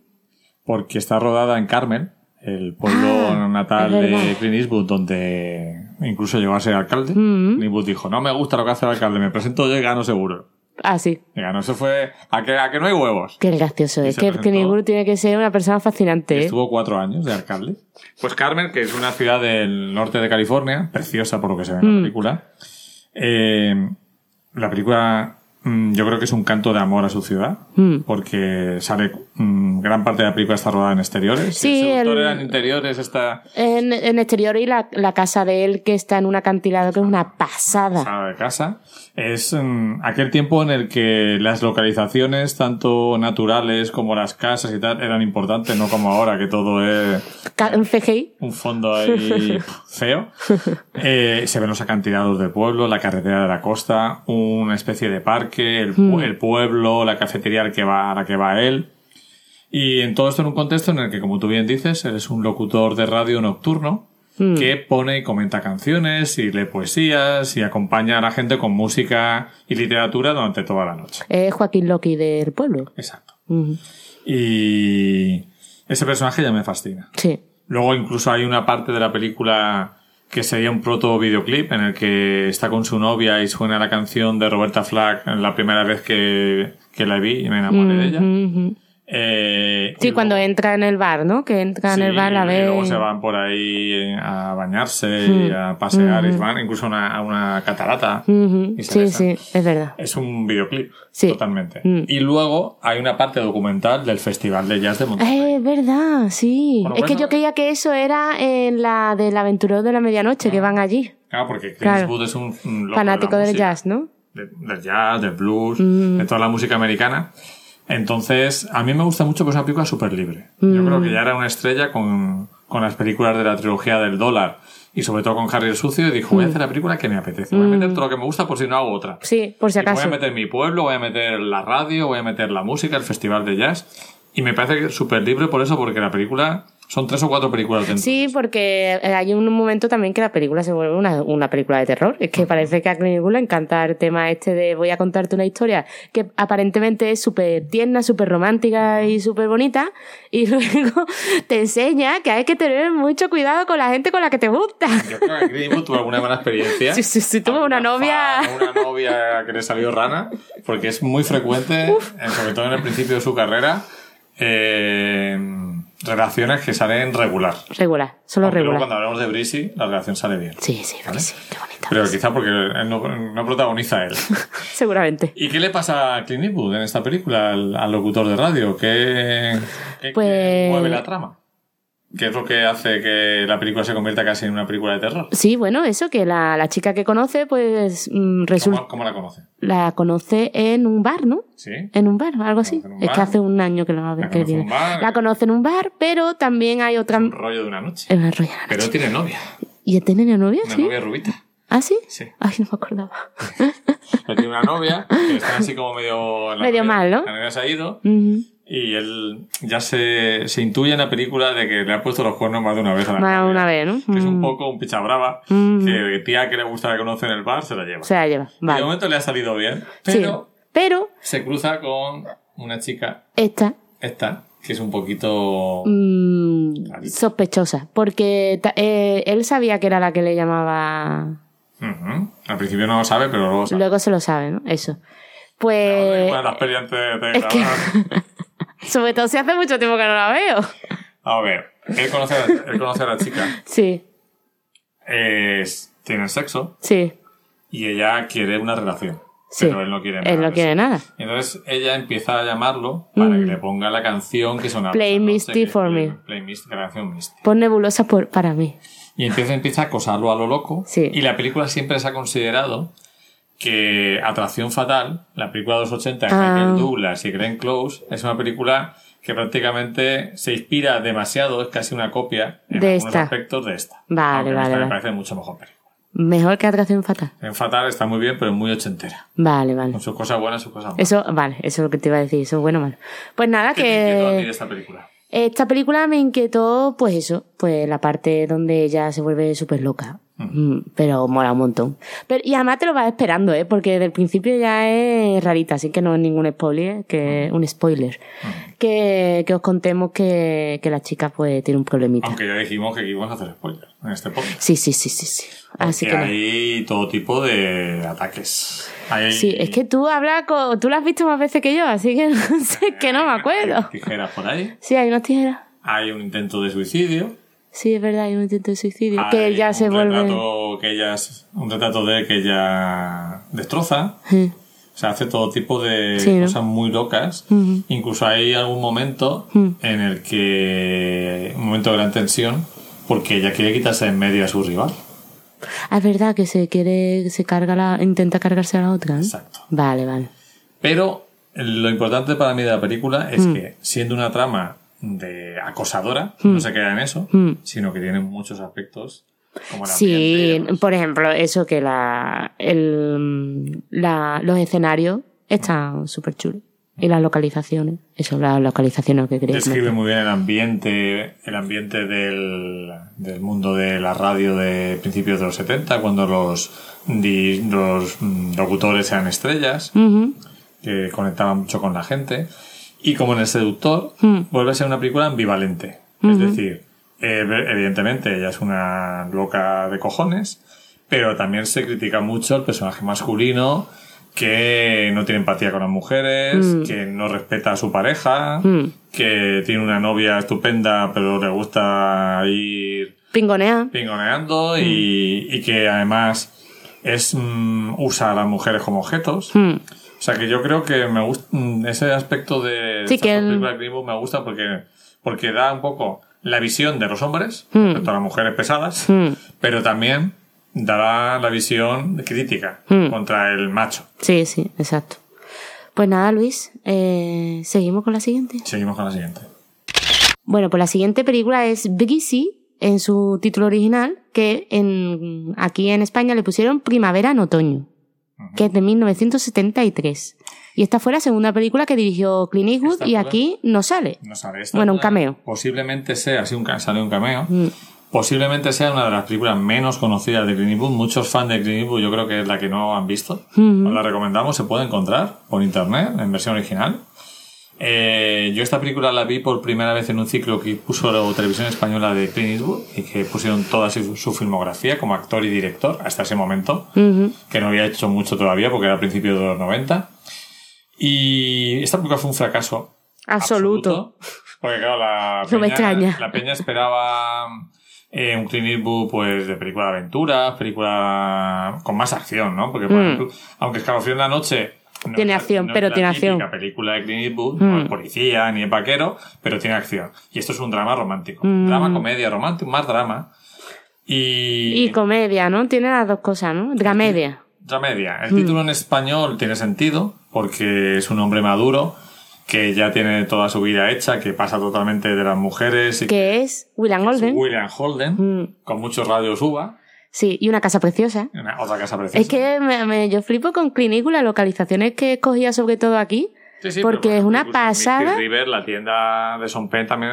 porque está rodada en Carmel, el pueblo
Ah,
natal
es verdad.
de Clint Eastwood, donde incluso llegó a ser alcalde.
Ujú.
Clint Eastwood dijo, no me gusta lo que hace el alcalde, me presento yo y gano seguro.
Ah, sí.
Y ganó, eso fue, a que, a que no hay huevos.
Qué gracioso
Y
es.
se
Que, que
presentó.
ninguno tiene que ser una persona fascinante. ¿eh?
Estuvo cuatro años de alcalde. Pues Carmen, que es una ciudad del norte de California, preciosa por lo que se ve
Mm.
en la película. eh, la película mm, yo creo que es un canto de amor a su ciudad,
Mm.
porque sale mm, gran parte de la película está rodada en exteriores.
Sí,
el seductor
el-
era en interiores, está
En, en exterior y la, la casa de él que está en un acantilado que es una pasada.
sala de casa. Es mm, aquel tiempo en el que las localizaciones, tanto naturales como las casas y tal, eran importantes, no como ahora que todo es...
Ca- Un CGI.
un fondo ahí feo. Eh, se ven los acantilados del pueblo, la carretera de la costa, una especie de parque, el, pu- el pueblo, la cafetería al que va, a la que va él. Y en todo esto en un contexto en el que, como tú bien dices, eres un locutor de radio nocturno que pone y comenta canciones y lee poesías y acompaña a la gente con música y literatura durante toda la noche.
Es eh, Joaquín Loki del pueblo.
Exacto.
Ujú.
Y ese personaje ya me fascina.
Sí.
Luego incluso hay una parte de la película que sería un proto videoclip en el que está con su novia y suena la canción de Roberta Flack la primera vez que, que la vi y me enamoré de ella.
Ujú, ujú.
Eh, y
Sí,
luego-
cuando entra en el bar, ¿no? Que entra
Sí,
en el bar a
y
ver.
Luego se van por ahí eh, a bañarse y a pasear y van incluso a una, a una catarata.
Ujú.
y se
Sí,
besan.
sí, es verdad.
Es un videoclip,
Sí.
totalmente.
Mm.
Y luego hay una parte documental del Festival de Jazz de Monterrey.
Eh, Es verdad, sí.
Bueno,
es que
bueno.
yo creía que eso era en la del aventurero de la medianoche, que van allí.
Claro, Ah, porque Clint
Claro.
Eastwood es un, un loco de la
Fanático del
música.
jazz, ¿no?
de- del jazz, del blues,
Mm.
de toda la música americana. Entonces, a mí me gusta mucho que es una película súper libre. Yo creo que
Mm.
ya era una estrella con, con las películas de la trilogía del dólar y sobre todo con Harry el Sucio y dijo, voy a hacer la película que me apetece. Voy a meter todo lo que me gusta por si no hago otra.
Mm. Sí, por si
Y voy
acaso.
a meter mi pueblo, voy a meter la radio, voy a meter la música, el festival de jazz. Y me parece que es súper libre por eso, porque la película son tres o cuatro películas dentro.
Sí, porque eh, hay un momento también que la película se vuelve una, una película de terror. Es que parece que a Clint Eastwood le encanta el tema este de voy a contarte una historia que aparentemente es súper tierna, súper romántica y súper bonita. Y luego te enseña que hay que tener mucho cuidado con la gente con la que te gusta.
Yo creo que Clint Eastwood tuvo alguna buena experiencia.
Sí, sí, sí, tuvo una
Alguna
novia.
fan, Una novia que le salió rana, porque es muy frecuente, eh, sobre todo en el principio de su carrera, eh, relaciones que salen regular.
Regular, solo
Aunque luego
regular.
cuando hablamos de Brissy, la relación sale bien.
Sí, sí, porque
¿Vale?
sí, qué bonita.
Pero
pues.
quizá porque él no, no protagoniza él.
Seguramente.
¿Y qué le pasa a Clint Eastwood en esta película, al, al locutor de radio? ¿Qué, qué- qué
Pues-
mueve la trama? ¿Qué es lo que hace que la película se convierta casi en una película de terror?
Sí, bueno, eso, que la, la chica que conoce, pues mm, resulta.
¿Cómo, cómo la conoce?
La conoce en un bar, ¿no?
¿Sí?
En un bar, algo así.
conoce en un
Es
bar.
que hace un año que la,
La
que
conoce en
viene.
un bar.
La conoce en un bar, pero también hay otra.
Un rollo de una noche.
en la Royal Arena.
Pero tiene novia.
¿Y este ya tiene novia?
Una
¿Sí?
novia rubita.
¿Ah, sí?
Sí.
Ay, no me acordaba.
Pero tiene una novia que está así como medio... la
Medio
novia-
mal, ¿no?
La novia se ha ido
Mm.
y él ya se, se intuye en la película de que le ha puesto los cuernos más de una vez a la
Más
novia.
una vez, ¿no?
Que es un
Mm.
poco un picha brava.
Mm.
Que tía que le gusta la conoce en el bar se la lleva.
Se la lleva.
De
Vale.
momento le ha salido bien,
Sí.
pero
Pero
se cruza con una chica,
esta
esta, que es un poquito...
mm,
Ahí.
sospechosa. Porque ta- eh, él sabía que era la que le llamaba.
Ujú. Al principio no lo sabe, pero luego sabe.
Luego se lo sabe, ¿no? Eso.
Claro,
Pues.
igual las peli antes de- de
es que-
grabar.
Sobre todo si hace mucho tiempo que no la veo.
A ver, él conoce a la, él conoce a la chica,
Sí,
es, tienen sexo
sí,
y ella quiere una relación.
sí.
Pero él no quiere nada.
Él no
de eso.
quiere nada.
Entonces ella empieza a llamarlo para que
Mm.
le ponga la canción que sonaba.
Play
esa noche,
Misty
que es
for
Play-
me.
Play Misty, la canción Misty.
Pon nebulosa por, para mí.
Y entonces empieza a acosarlo a lo loco.
Sí.
Y la película siempre se ha considerado que Atracción Fatal, la película de los 80, de
Ah.
Michael Douglas y Glenn Close, es una película que prácticamente se inspira demasiado, es casi una copia en
De
algunos
esta.
aspectos de esta.
Vale,
Aunque
vale,
esta me
vale.
parece mucho mejor película.
Mejor que atracción fatal.
En Fatal está muy bien, pero es muy ochentera.
Vale, vale.
Con sus cosas buenas, sus cosas malas.
Eso, vale, eso es lo que te iba a decir. Eso es bueno o malo. Pues nada,
¿Qué te inquietó a ti de
que.
esta película?
Esta película me inquietó, pues eso, pues la parte donde ella se vuelve súper loca. Mm, Pero mola un montón. Pero, y además te lo vas esperando, ¿eh? Porque desde el principio ya es rarita, así que no es ningún spoiler, que un spoiler. Que, que os contemos que, que la chica pues tiene un problemita.
Aunque ya dijimos que íbamos a hacer spoilers en este podcast.
Sí, sí, sí, sí, sí. Así
que
que no.
hay todo tipo de ataques. Hay-
Sí, es que tú hablas con- tú la has visto más veces que yo, así que no sé, es que no me
Hay
acuerdo.
tijeras por ahí.
Sí, hay unas tijeras.
Hay un intento de suicidio.
Sí, es verdad, hay un intento de suicidio. que
hay
él ya
un
se vuelve.
retrato que ella es- un retrato de él que ella destroza.
Sí.
O sea, hace todo tipo de
Sí, ¿no?
cosas muy locas. Incluso hay algún momento en el que. Un momento de gran tensión. Porque ella quiere quitarse en medio a su rival.
Ah, es verdad que se quiere, se carga la, intenta cargarse a la otra. ¿eh?
Exacto.
Vale, vale.
Pero lo importante para mí de la película es que, siendo una trama de acosadora, no se queda en eso, sino que tiene muchos aspectos. Como el ambiente y
Sí,
demás.
por ejemplo, eso que la, el, la, los escenarios están súper chulos. Y las localizaciones. Eso, las localizaciones que queréis.
Describe muy bien el ambiente, el ambiente del, del mundo de la radio de principios de los 70, cuando los, di- los mm, locutores eran estrellas, que conectaban mucho con la gente. Y como en El Seductor, vuelve a ser una película ambivalente. Es decir, ev- evidentemente ella es una loca de cojones, pero también se critica mucho el personaje masculino que no tiene empatía con las mujeres, que no respeta a su pareja, que tiene una novia estupenda pero le gusta ir
Pingonea.
pingoneando y, y que además es mm, usa a las mujeres como objetos.
Mm.
O sea que yo creo que me gusta ese aspecto de
Sí,
esta
que el-
película de Green Book me gusta porque porque da un poco la visión de los hombres
Mm.
respecto a las mujeres pesadas, pero también dará la visión crítica
Mm.
contra el macho.
Sí, sí, exacto. Pues nada, Luis, eh, seguimos con la siguiente.
Seguimos con la siguiente.
Bueno, pues la siguiente película es Big Easy en su título original, que en, aquí en España le pusieron Primavera en Otoño, que es de 1973. Y esta fue la segunda película que dirigió Clint Eastwood
Esta
y
fue la-
aquí no sale.
No sale esta.
Bueno, un cameo. Mm.
Posiblemente sea, sí, un, ca- sale un cameo. Posiblemente sea una de las películas menos conocidas de Clint Eastwood. Muchos fans de Clint Eastwood yo creo que es la que no han visto.
Mm-hmm.
Os la recomendamos, se puede encontrar por internet, en versión original. Eh, yo esta película la vi por primera vez en un ciclo que puso la televisión española de Clint Eastwood y que pusieron toda su, su filmografía como actor y director hasta ese momento,
Mm.
que no había hecho mucho todavía porque era a principios de los 90. Y esta película fue un fracaso
Absoluto.
absoluto. Porque claro, la
Eso me extraña.
la peña esperaba eh, un Clint Eastwood pues, de película de aventuras, película con más acción, ¿no? Porque, por
Mm.
ejemplo, aunque Escalofrío en la noche... no
Tiene
es la-
acción,
no es
pero
la
tiene
típica
acción.
película de Clint Eastwood, no
Mm.
es policía, ni es vaquero, pero tiene acción. Y esto es un drama romántico.
Mm.
Drama, comedia, romántico, más drama. Y...
Y comedia, ¿no? Tiene las dos cosas, ¿no? Dramedia.
Dramedia.
Hmm.
El título en español tiene sentido porque es un hombre maduro que ya tiene toda su vida hecha, que pasa totalmente de las mujeres y
Que es William Golden.
William Holden,
Mm.
con muchos radios uva,
Sí, y una casa preciosa.
una- otra casa preciosa.
Es que me- me- yo flipo con Clinic las localizaciones que escogía sobre todo aquí.
Sí, sí,
porque
pero,
es una
incluso en Mystic
pasada. Hmm.
River, la tienda de Son Pen también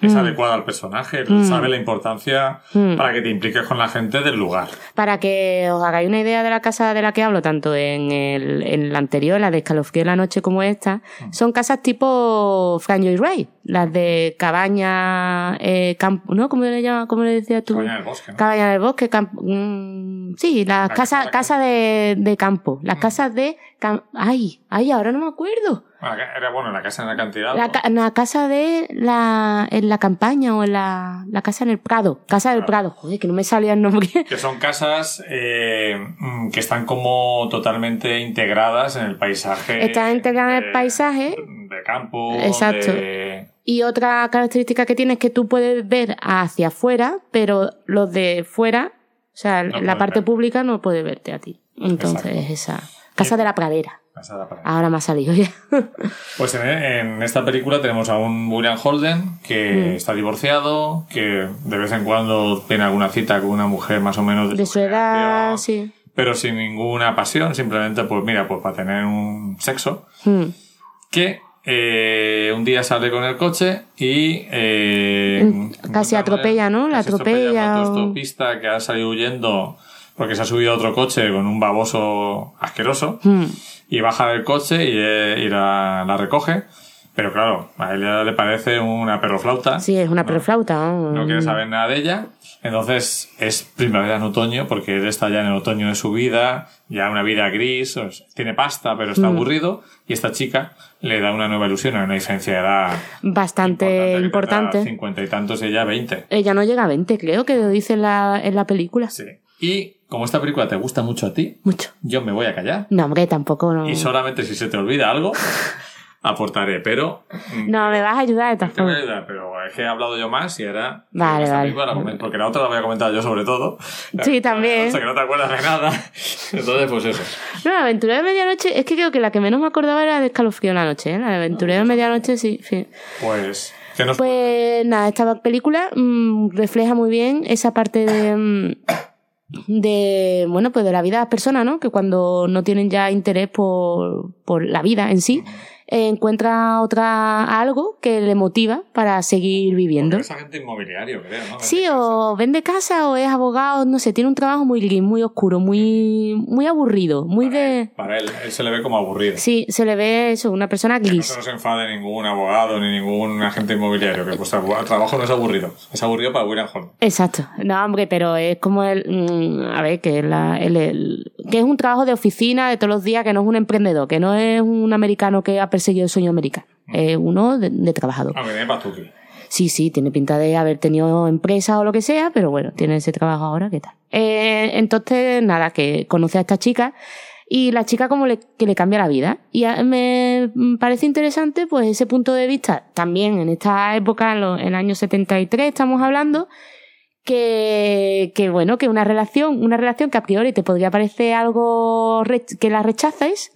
es adecuada al personaje, sabe la importancia para que te impliques con la gente del lugar.
Para que os hagáis una idea de la casa de la que hablo, tanto en, el, en la anterior, la de Escalofrío en la Noche como esta,
Mm.
son casas tipo Frank Lloyd Wright, las de cabaña, eh, campo, ¿no? ¿Cómo le, llama, ¿Cómo le decías tú?
Cabaña del bosque, ¿no?
Cabaña del bosque, campo, mm, sí, las
La
casas,
casa-
casas de, de campo,
Mm.
las casas de, cam- ay, ay, ahora no me acuerdo.
Bueno, la ca- Era bueno, la casa en la cantidad.
La,
¿no?
ca- la casa de la, en la campaña o en la, la casa en el Prado. Casa
Ah.
del Prado. Joder, que no me salía el nombre.
Que son casas eh, mm, que están como totalmente integradas en el paisaje.
Están integradas en el
de-
paisaje.
De campo.
Exacto.
de-
Y otra característica que tiene es que tú puedes ver hacia afuera, pero los de fuera, o sea,
No
la
pueden
parte
ver.
pública no puede verte a ti. Entonces, esa. Casa de la pradera.
Casa de la pared.
Ahora me ha salido ya.
Pues en, en esta película tenemos a un William Holden
Mm.
que está divorciado, que de vez en cuando tiene alguna cita con una mujer más o menos de,
De su edad,
generación,
sí.
Pero sin ninguna pasión, simplemente pues mira, pues para tener un sexo.
Hmm.
que eh, un día sale con el coche y eh,
Mm, casi
encuentra-
atropella, ¿no? La
casi atropella a
atropella
un
o-
autostopista que ha salido huyendo porque se ha subido a otro coche con un baboso asqueroso
Hmm.
y baja del coche y, eh, y la, la recoge. Pero claro, a él ya le parece una perroflauta.
Sí, es una
No,
perflauta. ¿no?
Ah. No quiere
Mm.
saber nada de ella. Entonces es primavera en otoño porque él está ya en el otoño de su vida, ya una vida gris, o sea, tiene pasta pero
Mm.
está aburrido y esta chica le da una nueva ilusión, una diferencia de edad
Bastante
que
importante.
tendrá Cincuenta y tantos y ella veinte.
Ella no llega a 20, creo que lo dice en la, en la película.
Sí. Y como esta película te gusta mucho a ti,
Mucho.
yo me voy a callar
No, hombre, tampoco no.
y solamente si se te olvida algo aportaré, pero mm,
No, me vas a ayudar de todas
te voy a
formas.
ayudar, pero es que he hablado yo más y ahora
Vale,
esta
vale.
película la comento, porque la otra la voy a comentar yo sobre todo. La-
Sí, también.
O sea, que no te acuerdas de nada. Entonces, pues eso.
No, la aventura de medianoche, es que creo que la que menos me acordaba era de escalofrío en la noche, ¿eh? La de aventura de medianoche, sí, sí.
Pues, ¿qué nos
Pues nada, esta película mm, refleja muy bien esa parte de, mm, de, bueno, pues de la vida de las personas, ¿no? Que cuando no tienen ya interés por, por la vida en sí, eh, encuentra otra algo que le motiva para seguir viviendo.
Es agente inmobiliario, creo, ¿no?
Sí, o vende casa o es abogado, no sé, tiene un trabajo muy gris, muy oscuro, muy, muy aburrido, muy de...
Para él, él se le ve como aburrido.
Sí, se le ve eso, una persona
No
gris.
se nos enfade ningún abogado ni ningún agente inmobiliario, que vuestro abu- trabajo no es aburrido. Es aburrido para William Holden.
Exacto. No, hombre, pero es como el. mm, A ver, que, la- el- el- que es un trabajo de oficina de todos los días, que no es un emprendedor, que no es un americano que ha perseguido el sueño americano. Es uno de, de trabajador.
Aunque tiene pastuqui.
Sí, sí, tiene pinta de haber tenido empresa o lo que sea, pero bueno, tiene ese trabajo ahora, ¿qué tal? Eh, entonces, nada, que conoce a esta chica y la chica como le, que le cambia la vida. Y a- me parece interesante, pues, ese punto de vista también en esta época, en, los- en el año 73 estamos hablando, que, que bueno, que una relación, una relación que a priori te podría parecer algo rech- que la rechaces,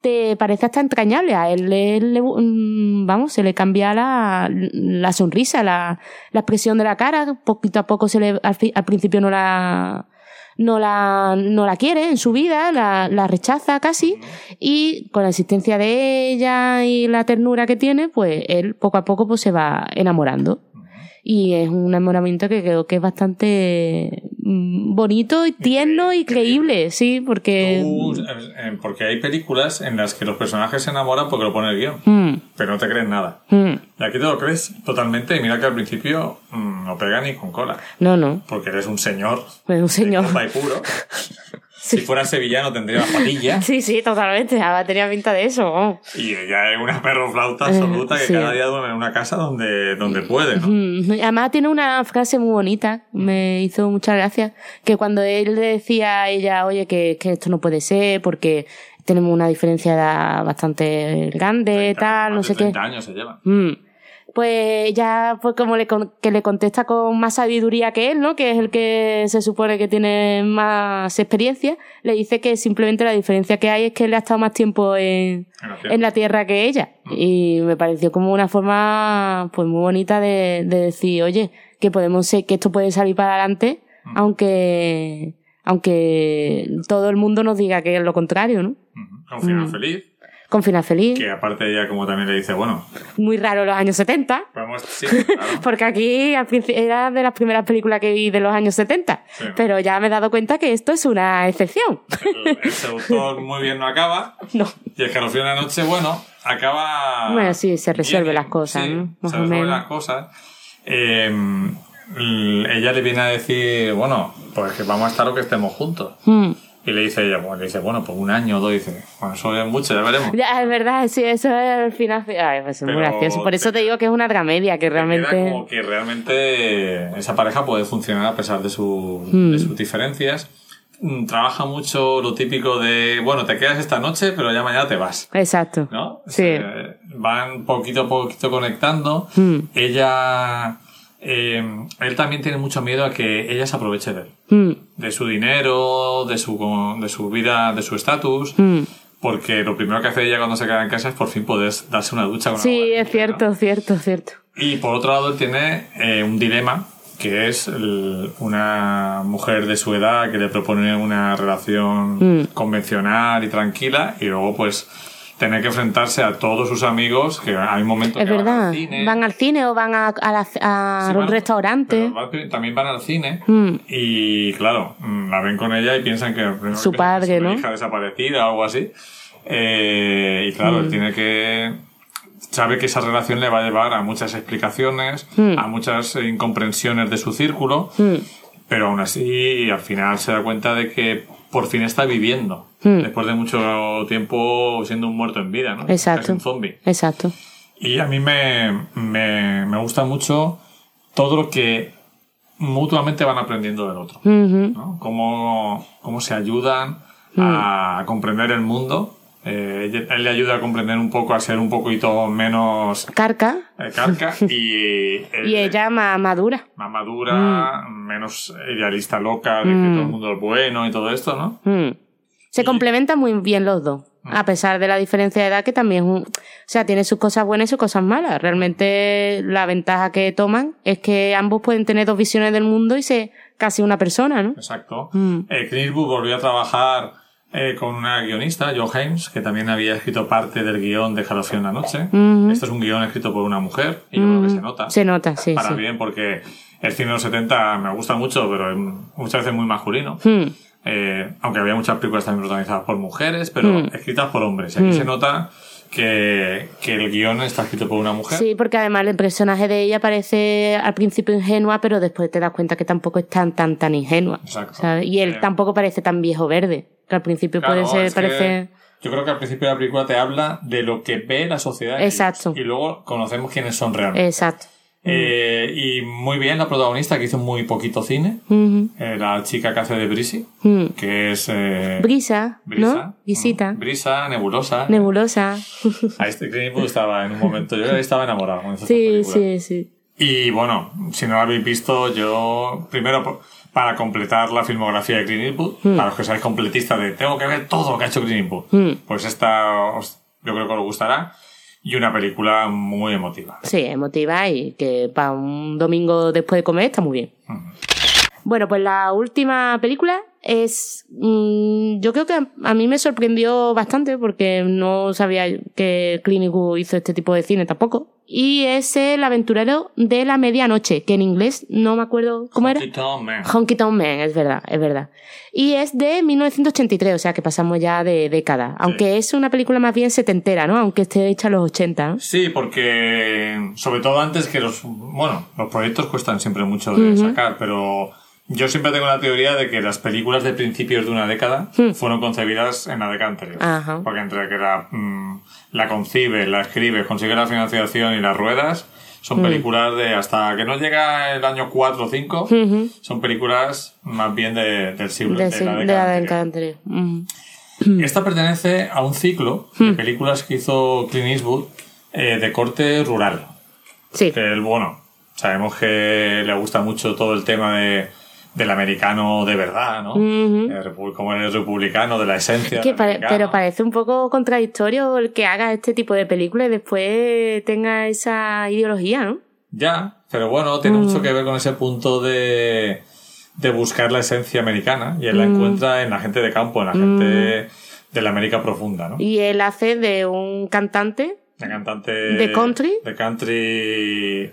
te parece hasta entrañable. A él, le- le- mm, vamos, se le cambia la, la sonrisa, la, la expresión de la cara. Poquito a poco se le, al, fi- al principio no la, no la, no la quiere en su vida, la, la rechaza casi. Y con la existencia de ella y la ternura que tiene, pues él poco a poco pues, se va enamorando. Y es un enamoramiento que creo que es bastante mm, bonito y tierno y creíble, sí, porque...
Tú, eh, eh, porque hay películas en las que los personajes se enamoran porque lo pone el guión,
Mm,
pero no te creen nada.
mm.
Y aquí te lo crees totalmente y mira que al principio mm, no pega ni con cola,
No, no,
porque eres un señor
es Pues, un
de
señor.
copa y puro Si fuera sevillano tendría la patilla.
Sí, sí, totalmente. Ahora tenía pinta de eso. vamos.
Y ella es una perroflauta absoluta que
Eh, Sí.
cada día duerme en una casa donde, donde puede, ¿no?
Mm, Además tiene una frase muy bonita, me hizo mucha gracia, que cuando él le decía a ella, oye, que, que esto no puede ser porque tenemos una diferencia de edad bastante grande,
30, más
tal, no
de
sé qué.
30 años se llevan.
Mm. Pues ya, pues como le, con- que le contesta con más sabiduría que él, ¿no? Que es el que se supone que tiene más experiencia, le dice que simplemente la diferencia que hay es que él ha estado más tiempo en,
En la tierra.
en la tierra que ella.
Mm.
Y me pareció como una forma, pues muy bonita de, de decir, oye, que podemos ser, que esto puede salir para adelante,
Mm.
aunque, aunque todo el mundo nos diga que es lo contrario, ¿no?
Ujú. Un
Mm.
final feliz.
Con final feliz.
Que aparte ella como también le dice, bueno,
Muy raro los años 70.
vamos, sí, claro.
Porque aquí al principio era de las primeras películas que vi de los años 70.
Sí.
Pero ya me he dado cuenta que esto es una excepción.
El, el seductor muy bien no acaba.
no.
Y el escalofrío de la noche, bueno, acaba.
Bueno, sí, se resuelve
bien,
las cosas,
sí,
¿no? Más
se
o
resuelven
menos.
las cosas. Eh, l- ella le viene a decir, bueno, pues que vamos a estar o que estemos juntos.
Mm.
Y le dice ella, bueno, le dice, bueno, pues un año o dos, dice, bueno, eso es mucho, ya veremos.
Ya, es verdad, sí, eso es el final. Ay, pues es muy
Pero
gracioso. Por
te-
eso te digo que es una tragedia, que
Te queda
realmente.
como que realmente esa pareja puede funcionar a pesar de, su- de sus diferencias. Mm, Trabaja mucho lo típico de, bueno, te quedas esta noche, pero ya mañana te vas.
Exacto.
¿no?
Sí.
Se- van poquito a poquito conectando.
Mm.
Ella. eh, él también tiene mucho miedo a que ella se aproveche de él.
Mm,
De su dinero, de su, co- de su vida, de su estatus.
mm.
Porque lo primero que hace ella cuando se queda en casa es por fin poder darse una ducha con agua
Sí, es
limpia,
cierto, cierto, cierto.
y por otro lado tiene eh, un dilema que es el- una mujer de su edad que le propone una relación
Mm.
convencional y tranquila y luego pues tener que enfrentarse a todos sus amigos que hay un momento
Es
que van
verdad.
al cine
Van al cine o van a, a la- a
Sí,
un
van-
restaurante.
pero van- también van al cine
Mm.
y claro, mm, la ven con ella y piensan que primero
Su
que
padre,
es una
¿no?
hija desaparecida o algo así. Eh, y claro,
Mm.
él tiene que sabe que esa relación le va a llevar a muchas explicaciones,
Mm.
a muchas eh, incomprensiones de su círculo, pero aún así al final se da cuenta de que por fin está viviendo
Mm.
después de mucho tiempo siendo un muerto en vida, ¿no?
Exacto.
Casi un zombie.
Exacto.
Y a mí me, me, me gusta mucho todo lo que mutuamente van aprendiendo del otro.
Ujú.
¿no? Cómo, cómo se ayudan a
Mm.
comprender el mundo. Eh, ella- él le ayuda a comprender un poco, a ser un poquito menos
Carca
eh, carca y, él-
y ella Mm. más madura.
más madura, menos idealista loca, de que todo el mundo es bueno y todo esto, ¿no?
Mm. Se complementan muy bien los dos,
Hmm.
a pesar de la diferencia de edad que también, es un- o sea, tiene sus cosas buenas y sus cosas malas. Realmente la ventaja que toman es que ambos pueden tener dos visiones del mundo y ser casi una persona, ¿no?
Exacto.
Mm.
Eh, Clint Eastwood volvió a trabajar eh, con una guionista, Jo Hames, que también había escrito parte del guión de Jalofrío en la noche.
Ujú.
Esto es un guión escrito por una mujer y yo creo que se nota.
Se nota, Mm-hmm. sí,
para
sí.
bien, porque el cine de los 70 me gusta mucho, pero es muchas veces muy masculino.
Mm.
Eh, aunque había muchas películas también protagonizadas por mujeres, pero
Hmm.
escritas por hombres. Y aquí se nota que, que el guión está escrito por una mujer.
Sí, porque además el personaje de ella parece al principio ingenua, pero después te das cuenta que tampoco es tan, tan, tan ingenua.
Exacto.
¿sabes? Y él
Eh,
tampoco parece tan viejo verde, que al principio
Claro,
puede ser,
es que
parece...
Yo creo que al principio de la película te habla de lo que ve la sociedad. en
Exacto.
ellos. Y luego conocemos quiénes son realmente.
Exacto.
Eh, y muy bien la protagonista, que hizo muy poquito cine,
Ujú.
eh, la chica que hace de Brisi,
Mm.
que es... eh,
Brisa,
Brisa.
¿no? Brisita.
Mm, Brisa, nebulosa.
Nebulosa.
A este Clint Eastwood estaba en un momento, yo estaba enamorado. con esta
Sí,
película.
sí, sí.
Y bueno, si no la habéis visto, yo primero po- para completar la filmografía de Clint Eastwood, para los que seáis completistas de tengo que ver todo lo que ha hecho Clint Eastwood, pues esta os- yo creo que os gustará y una película muy emotiva.
Sí, emotiva y que para un domingo después de comer está muy bien. Bueno, pues la última película es. mm, yo creo que a, a mí me sorprendió bastante porque no sabía que Clint Eastwood hizo este tipo de cine tampoco. Y es El aventurero de la medianoche, que en inglés no me acuerdo cómo era.
Honky Tonk Man.
Honky Tonk Man, es verdad, es verdad. Y es de 1983, o sea que pasamos ya de década. Aunque es una película más bien setentera, ¿no? Aunque esté hecha en los 80, ¿no?
Sí, porque sobre todo antes que los bueno, los proyectos cuestan siempre mucho de sacar, pero Yo siempre tengo la teoría de que las películas de principios de una década fueron concebidas en la década anterior.
Ajá.
Porque entre que la, mm, la concibes, la escribes, consigues la financiación y las ruedas, son películas de hasta que no llega el año 4 o 5, son películas más bien de- del siglo,
De,
de,
sí,
la
de
década
la
anterior.
década anterior. Ujú. Mm.
Esta pertenece a un ciclo de películas que hizo Clint Eastwood eh, de corte rural.
Sí.
Que él, bueno, sabemos que le gusta mucho todo el tema de, del americano de verdad, ¿no? El repu- como el republicano, de la esencia.
Que
del
pare-
americano.
pero parece un poco contradictorio el que haga este tipo de películas y después tenga esa ideología, ¿no?
Ya, pero bueno, tiene
Mm.
mucho que ver con ese punto de, de buscar la esencia americana y él
Mm.
la encuentra en la gente de campo, en la gente de la América profunda, ¿no?
Y él hace de un cantante.
La cantante.
¿De country?
De country.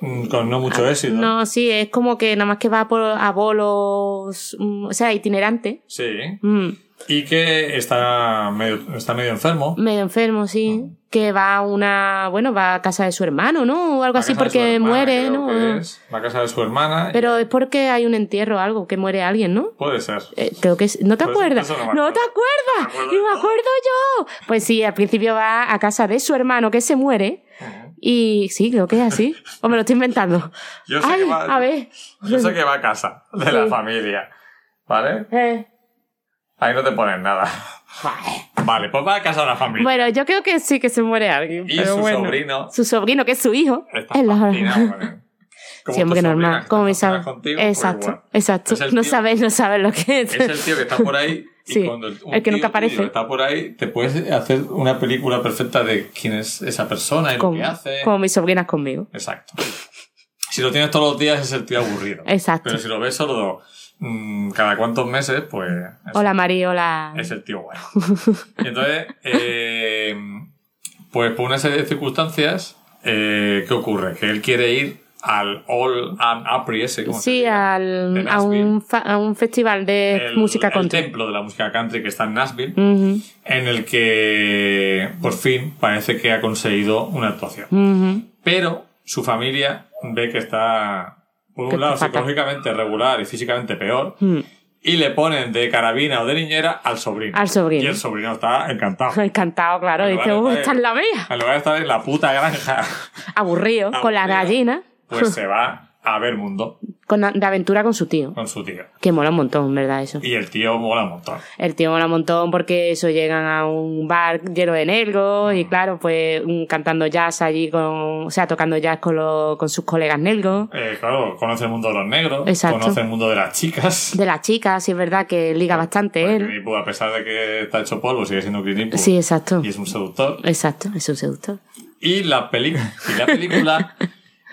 mm, Con no mucho éxito.
Ah, No, sí, es como que nada más que va por, a bolos, mm, o sea, itinerante.
Sí.
Mm,
Y que está medio, está medio enfermo.
medio enfermo, sí.
Mm.
Que va a una, bueno, va a casa de su hermano, ¿no? O algo
Va a casa
así
de su
porque
hermana,
muere,
creo
¿no? Ah.
que es. Va a casa de su hermana. y-
Pero es porque hay un entierro o algo, que muere alguien, ¿no?
Puede ser.
Eh, creo que es- ¿No te
Pues,
acuerdas?
eso no me
no,
acuerdo.
te acuerdas!
No me acuerdo
¡Y me acuerdo yo! Pues sí, al principio va a casa de su hermano que se muere. Y sí, creo que es así. O me lo estoy inventando.
Yo sé
Ay,
que va-
a ver.
Yo sé que va a casa de la
Sí.
familia. ¿Vale?
Eh,
Ahí no te ponen nada. Vale, pues va a casa de la familia.
Bueno, yo creo que sí que se muere alguien.
Y
pero
su
bueno.
sobrino.
Su sobrino, que es su hijo.
Está
Es la-
fascinado con él. Como
Siempre
tu sobrina, que
normal.
está
Como mi
fascinada
sab-
contigo, pues
Exacto,
igual.
exacto.
Es el
no
tío-
sabes, no sabes lo que es.
Es el tío que está por ahí. Y
Sí,
cuando un
el que nunca
tío tuyo
aparece.
Está por ahí, te puedes hacer una película perfecta de quién es esa persona y lo
como,
que hace.
como mis sobrinas conmigo.
Exacto. Si lo tienes todos los días es el tío aburrido.
Exacto.
Pero si lo ves solo mm, cada cuantos meses, pues es,
Hola María, hola.
es el tío guay. Y entonces, eh, pues por una serie de circunstancias, eh, ¿qué ocurre? Que él quiere ir al All and Upri ese. ¿cómo se
Sí,
llama? De
al, a,
Nashville.
un fa- a un festival de
El-
música country. Mm.
El templo de la música country que está en Nashville,
Ujú,
en el que por fin parece que ha conseguido una actuación.
ujú.
Pero su familia ve que está, por
Que
un
está
lado,
fatal. Hmm.
psicológicamente regular y físicamente peor. Y le ponen de carabina o de niñera al sobrino.
Al sobrino.
Y el sobrino está encantado.
Encantado, claro.
Vale,
Dice,
vale,
"Uh,
vale".
esta es la mía.
Al lugar de estar en la puta granja,
Aburrido, con la
Aburrido.
gallina.
pues se va a ver mundo
Con la- de aventura con su tío.
con su tío.
Que mola un montón, ¿verdad? Eso.
Oh. Y el tío mola un montón.
El tío mola un montón porque eso llegan a un bar lleno de nelgos
Oh.
y claro, pues mm, cantando jazz allí con, o sea, tocando jazz con, los- con sus colegas nelgos.
Eh, claro, conoce el mundo de los negros,
Exacto.
conoce el mundo de las chicas.
De las chicas, sí es verdad que
Oh,
liga bastante
Porque
él.
Clint Eastwood, a pesar de que está hecho polvo, sigue siendo Clint Eastwood.
Sí, exacto.
Y es un seductor.
Exacto, es un seductor.
Y la, peli- y la película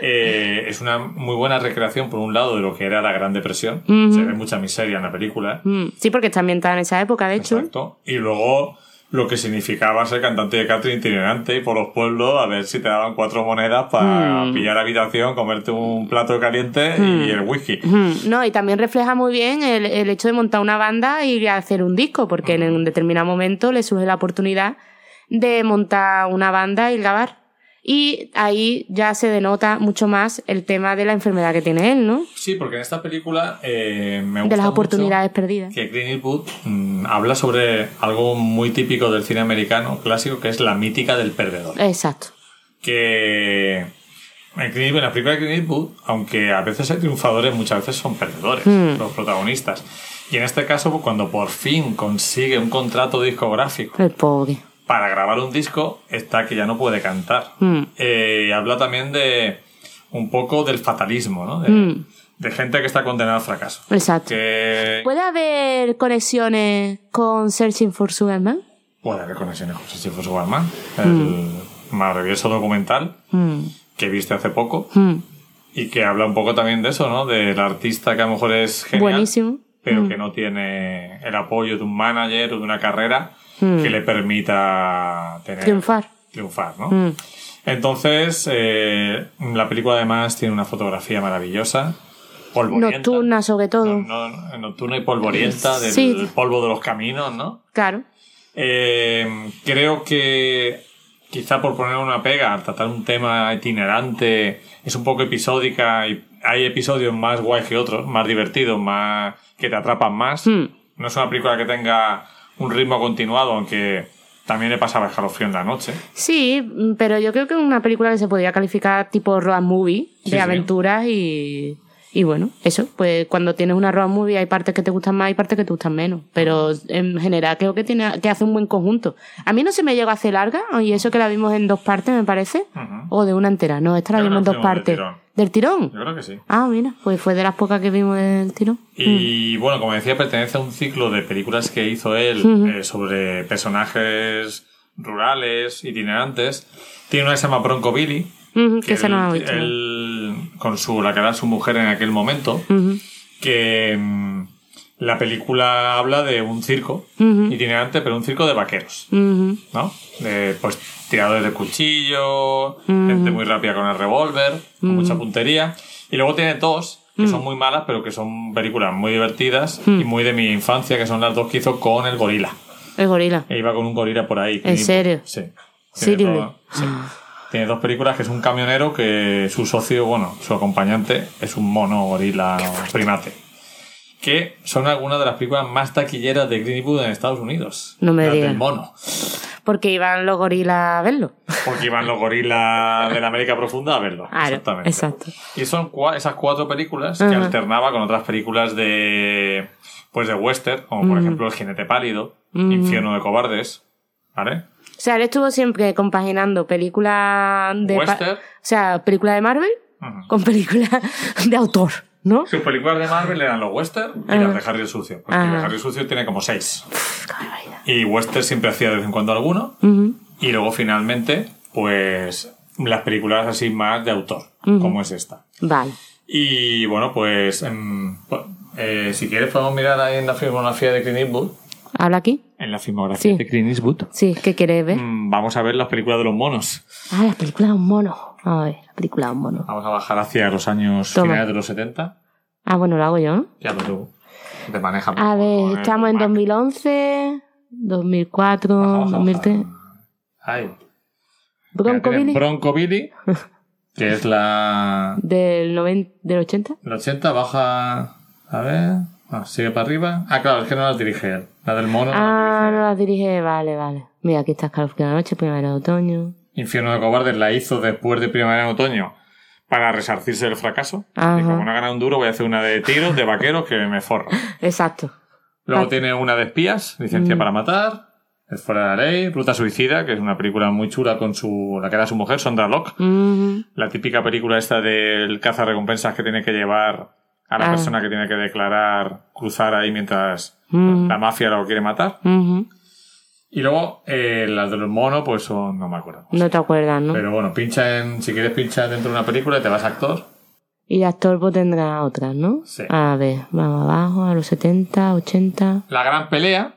eh, es una muy buena recreación, por un lado, de lo que era la Gran Depresión. Se ve mucha miseria en la película.
Mm, Sí, porque está ambientada en esa época, de hecho.
Exacto. Y luego lo que significaba ser cantante de country itinerante y por los pueblos a ver si te daban cuatro monedas para
Mm.
pillar habitación, comerte un plato caliente y el whisky.
Mm, No, y también refleja muy bien el, el hecho de montar una banda y hacer un disco, porque en un determinado momento le surge la oportunidad de montar una banda y grabar. Y ahí ya se denota mucho más el tema de la enfermedad que tiene él, ¿no?
Sí, porque en esta película eh, me gusta
De las
mucho
oportunidades perdidas.
que Clint Eastwood mm, habla sobre algo muy típico del cine americano clásico, que es la mítica del perdedor.
Exacto.
que en Clint Eastwood- en la película de Clint Eastwood, aunque a veces hay triunfadores, muchas veces son perdedores los protagonistas. Y en este caso, pues, cuando por fin consigue un contrato discográfico
El pobre.
para grabar un disco, está que ya no puede cantar.
Mm.
Eh, y habla también de un poco del fatalismo, ¿no? De, de gente que está condenada al fracaso.
Exacto. Pues
Que
¿Puede haber conexiones con Searching for Sugar Man?
puede haber conexiones con Sisyphus Warman, el maravilloso documental
Mm,
que viste hace poco.
mm.
Y que habla un poco también de eso, ¿no? Del artista que a lo mejor es genial,
Buenísimo. Mm.
pero que no tiene el apoyo de un manager o de una carrera que le permita tener,
Mm. Triunfar. Mm.
triunfar, ¿no? Entonces, eh, la película además tiene una fotografía maravillosa, polvorienta.
Nocturna, sobre todo.
No- no- nocturna y polvorienta del
Sí.
polvo de los caminos, ¿no?
Claro.
Eh, creo que quizá por poner una pega, al tratar un tema itinerante, es un poco episódica y hay episodios más guays que otros, más divertidos, más que te atrapan más.
Hmm.
No es una película que tenga un ritmo continuado, aunque también le pasaba escalofrío en la noche.
Sí, mm, pero yo creo que es una película que se podría calificar tipo road movie,
Sí,
de
sí.
aventuras y, y bueno, eso, pues cuando tienes una road movie hay partes que te gustan más y partes que te gustan menos, pero en general creo que tiene que hace un buen conjunto. A mí no se me llega a hacer larga, y eso que la vimos en dos partes me parece,
Ujú.
o de una entera, no, esta la
Yo creo
vimos en
que
dos
la vimos
partes.
del tirón.
¿Del tirón?
Yo creo que sí.
Ah, mira, pues fue de las pocas que vimos del tirón.
Y bueno, como decía, pertenece a un ciclo de películas que hizo él eh, sobre personajes rurales, itinerantes. Tiene una que se llama Bronco Billy.
Ujú, que esa
él-
no la he visto.
él, con su, la que era su mujer en aquel momento,
Ujú.
que mm, la película habla de un circo itinerante, pero un circo de vaqueros.
Ujú.
¿no? De, pues tiradores de cuchillo, gente muy rápida con el revólver, con mucha puntería. Y luego tiene dos, que son muy malas, pero que son películas muy divertidas y muy de mi infancia, que son las dos que hizo con el gorila.
El gorila.
E iba con un gorila por ahí.
¿En serio?
Sí.
Sí,
Tiene
dime. Ah.
dos- sí. Tiene dos películas que es un camionero que su socio, bueno, su acompañante es un mono gorila primate. Que son algunas de las películas más taquilleras de Green Eastwood en Estados Unidos.
No me
Las
digas.
del mono.
Porque iban los gorilas a verlo.
Porque iban los gorilas de la América Profunda a verlo.
Claro,
exactamente.
exacto.
Y son cua- esas cuatro películas que
Ajá.
alternaba con otras películas de pues de western, como
Mm.
por ejemplo El jinete pálido, Infierno de cobardes, ¿vale?
O sea, él estuvo siempre compaginando películas de. pa-
Western.
O sea, películas de Marvel
Ujú.
con películas de autor, ¿no?
Sus películas de Marvel eran los western
Ah.
y las de Harry el Sucio. Porque
Ajá.
de Harry el Sucio tiene como seis.
Qué barbaridad.
Y western siempre hacía de vez en cuando alguno.
Ujú.
Y luego finalmente, pues las películas así más de autor, como es esta.
Vale.
Y bueno, pues em, po- eh, si quieres podemos mirar ahí en la filmografía de Clint Eastwood.
¿Habla aquí?
En la filmografía
Sí.
de Clint Eastwood.
Sí, ¿qué quieres ver?
Mm, Vamos a ver las películas de los monos.
Ah, la película de un mono. A ver, la película de un mono.
Vamos a bajar hacia los años
Toma.
finales de los 70.
Ah, bueno, lo hago yo, ¿no?
Ya lo tú. Te maneja.
A ver, estamos en 2011, 2004, 2003.
Ay.
Bronco
Tiene
Billy.
Bronco Billy, que es la...
Del, noven- del 80.
La 80 baja... A ver... ah, sigue para arriba. Ah, claro, es que no las dirige él. La del mono. no las
Ah,
dirige
no
él.
la dirige, vale, vale. Mira, aquí está Escalofrío de la Noche, Primavera de Otoño.
Infierno de Cobardes la hizo después de Primavera en Otoño para resarcirse del fracaso.
Ajá.
Y como no ha ganado un duro, voy a hacer una de tiros, de vaqueros, que me forro.
Exacto.
Luego
Vale.
tiene una de espías, Licencia
Mm.
para matar, Es fuera de la ley, Ruta suicida, que es una película muy chula con su la que era su mujer, Sondra Locke.
Ujú.
La típica película esta del caza recompensas que tiene que llevar a la
Ah.
persona que tiene que declarar cruzar ahí mientras
Mm.
la mafia lo quiere matar.
Ujú.
Y luego eh, las de los monos, pues son, no me acuerdo.
No te acuerdas, ¿no?
Pero bueno, pincha en, si quieres pinchar dentro de una película y te vas a actor.
Y de actor pues tendrá otras, ¿no?
Sí.
A ver, vamos abajo, a los 70, 80.
La gran pelea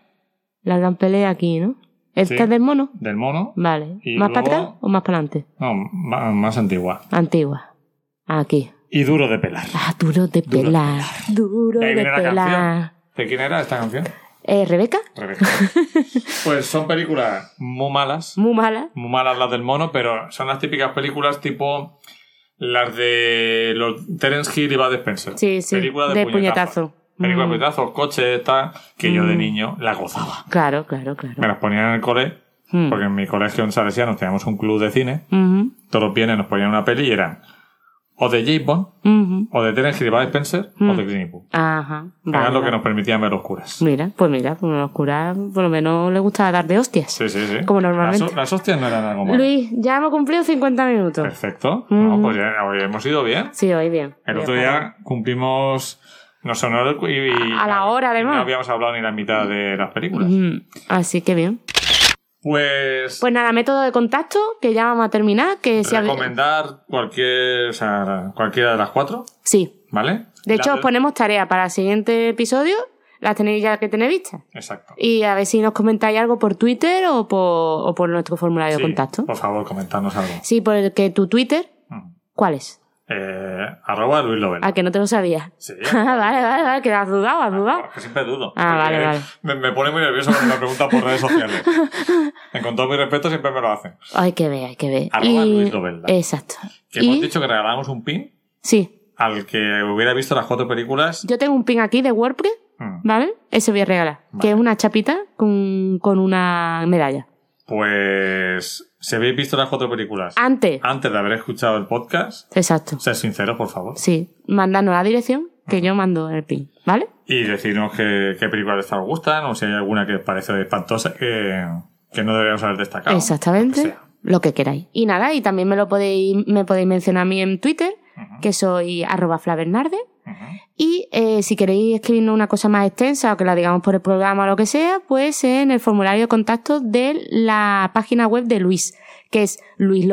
La gran pelea aquí, ¿no? ¿Esta
Sí.
es del mono?
del mono,
Vale.
Y
¿Más
luego-
para atrás o más para adelante?
no, ma- más antigua.
Antigua. Aquí.
Y duro de pelar.
Ah, duro de
Duro de
pelar. Duro
Y ahí
de
viene la
pelar.
canción. ¿De quién era esta canción?
Eh, ¿Rebeca?
Rebeca. pues son películas muy malas,
Muy mala.
muy malas las del mono, pero son las típicas películas tipo las de los Terence Hill y Bud Spencer.
Sí, sí,
Película de,
de
puñetazo.
puñetazo.
Películas
Mm.
de puñetazo, coche, tal, que yo de niño las gozaba.
Claro, claro, claro.
Me las ponían en el cole,
Mm.
porque en mi colegio en Salesianos teníamos un club de cine,
Ujú,
todos los viernes nos ponían una peli y eran o de James Bond,
ujú.
o de Terence Hill y Bud Spencer, o de Clint Eastwood.
Ajá.
Era
Mm. vale,
lo que
vale.
nos permitían ver los curas.
Mira, pues mira, por lo oscura, por lo menos le gusta dar de hostias.
Sí, sí, sí.
Como normalmente.
Las, las hostias no eran algo malo.
Luis, ya hemos cumplido 50 minutos.
Perfecto. No, pues ya, hoy hemos ido bien.
Sí, hoy bien.
El
Bien,
otro día cumplimos. Nos sonó el cu- y, y-
A- a la hora, además.
No habíamos hablado ni la mitad de las películas.
Mm, Así que bien.
Pues.
Pues nada, método de contacto, que ya vamos a terminar. Que si hab-
recomendar cualquier, o sea, cualquiera de las cuatro,
Sí.
¿vale? La
De hecho, os ponemos tarea para el siguiente episodio. Las tenéis ya que tenéis vistas.
Exacto.
Y a ver si nos comentáis algo por Twitter o por, o por nuestro
Sí,
formulario de contacto.
Por favor, comentadnos algo.
Sí, porque tu Twitter,
Mm.
¿cuál es?
Eh, arroba Luis Lovell.
Ah, que no te lo sabías.
Sí.
Ah, vale, vale, vale, que has dudado, has dudado.
Que siempre dudo.
Ah,
Porque
vale, vale.
Me, me pone muy nervioso cuando me preguntan por redes sociales. En con todo mi respeto, siempre me lo hacen.
Hay que ver, hay que ver.
Arroba Luis Dobelda.
Exacto.
Que
Y-
hemos dicho que regalamos un pin
Sí,
al que hubiera visto las cuatro películas.
Yo tengo un pin aquí de WordPress,
mm,
¿vale? Ese voy a regalar,
Vale.
que es una chapita con, con una medalla.
Pues. Si habéis visto las cuatro películas
Antes.
antes de haber escuchado el podcast,
Exacto.
sed sinceros, por favor.
Sí, mandanos la dirección que yo mando el pin, ¿vale?
Y decirnos qué, qué películas de Star Wars gustan o si hay alguna que os parece espantosa que, que no deberíamos haber destacado.
Exactamente.
Lo que sea.
Lo que queráis. Y nada, y también me lo podéis, me podéis mencionar a mí en Twitter, que soy arroba flavernarde.
Ujú.
Y eh, si queréis escribirnos una cosa más extensa o que la digamos por el programa o lo que sea, pues en el formulario de contacto de la página web de Luis, que es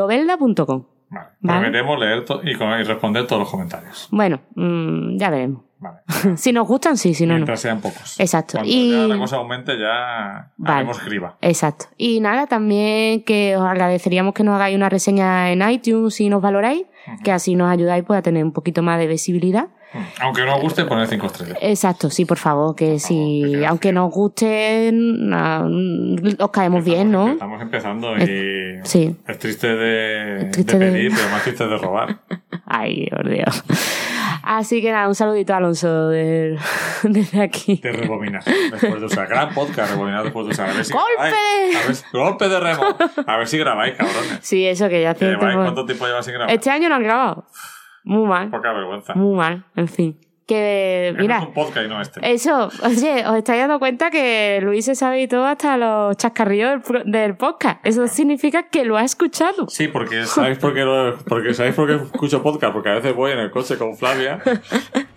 luislovelda.com.
Vale.
Vale.
Prometemos leer to- y, co- y responder todos los comentarios.
Bueno, mm, ya veremos.
Vale.
si nos gustan, sí, si no, no.
Mientras sean pocos.
Exacto.
Cuando
Y-
ya la cosa aumente, ya
Vale.
haremos criba.
Exacto. Y nada, también que os agradeceríamos que nos hagáis una reseña en iTunes si nos valoráis, que así nos ayudáis pues, a tener un poquito más de visibilidad.
Mm. Aunque no os guste poner cinco estrellas.
Exacto, sí, por favor, que si,
que sea
aunque nos guste, na- os caemos bien, ¿no?
Estamos empezando y.
Sí.
Es triste de,
Es triste
de
de-
pedir, pero más triste de robar.
Ay, por Dios. Así que nada, un saludito a Alonso del- desde aquí.
Te rebobinas después de usar. Gran podcast, rebobinar después de usar. A ver si-
¡Golpe!
Ay, a ver si- ¡Golpe de remo! A ver si grabáis, cabrones.
Sí, eso que ya
Que
hace
lleváis-
tiempo-
¿Cuánto tiempo llevas sin grabar?
Este año no han grabado. Muy mal,
Poca vergüenza.
muy mal, en fin. Que,
Es
mira, Eh,
un podcast y no este.
eso, oye, os estáis dando cuenta que Luis se sabe y todo hasta los chascarrillos del, pro- del podcast. Eso significa que lo ha escuchado.
Sí, porque sabéis por qué, lo- porque sabéis por qué escucho podcast, porque a veces voy en el coche con Flavia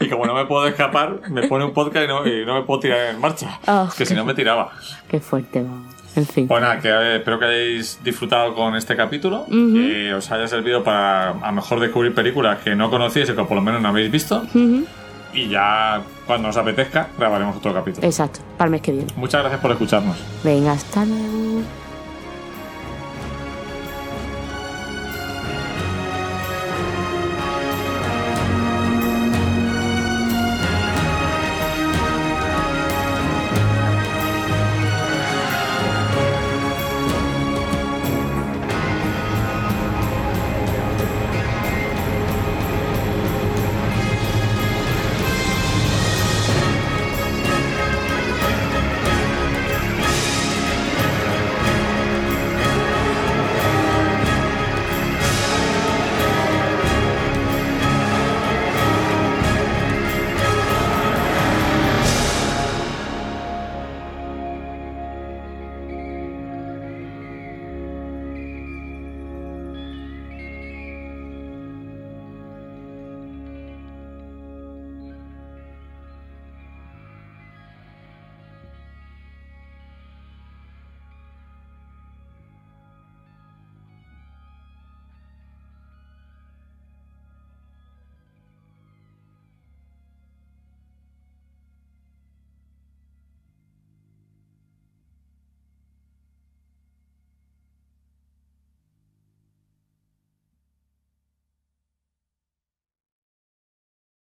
y como no me puedo escapar, me pone un podcast y no, y no me puedo tirar en marcha,
Ah.
que si no me tiraba.
Qué fuerte, vamos. En fin.
Bueno, nada, que eh, espero que hayáis disfrutado con este capítulo, que os haya servido para a lo mejor descubrir películas que no conocíais o que por lo menos no habéis visto
Ujú.
y ya cuando os apetezca grabaremos otro capítulo.
Exacto, para el mes que viene.
Muchas gracias por escucharnos.
Venga, hasta luego.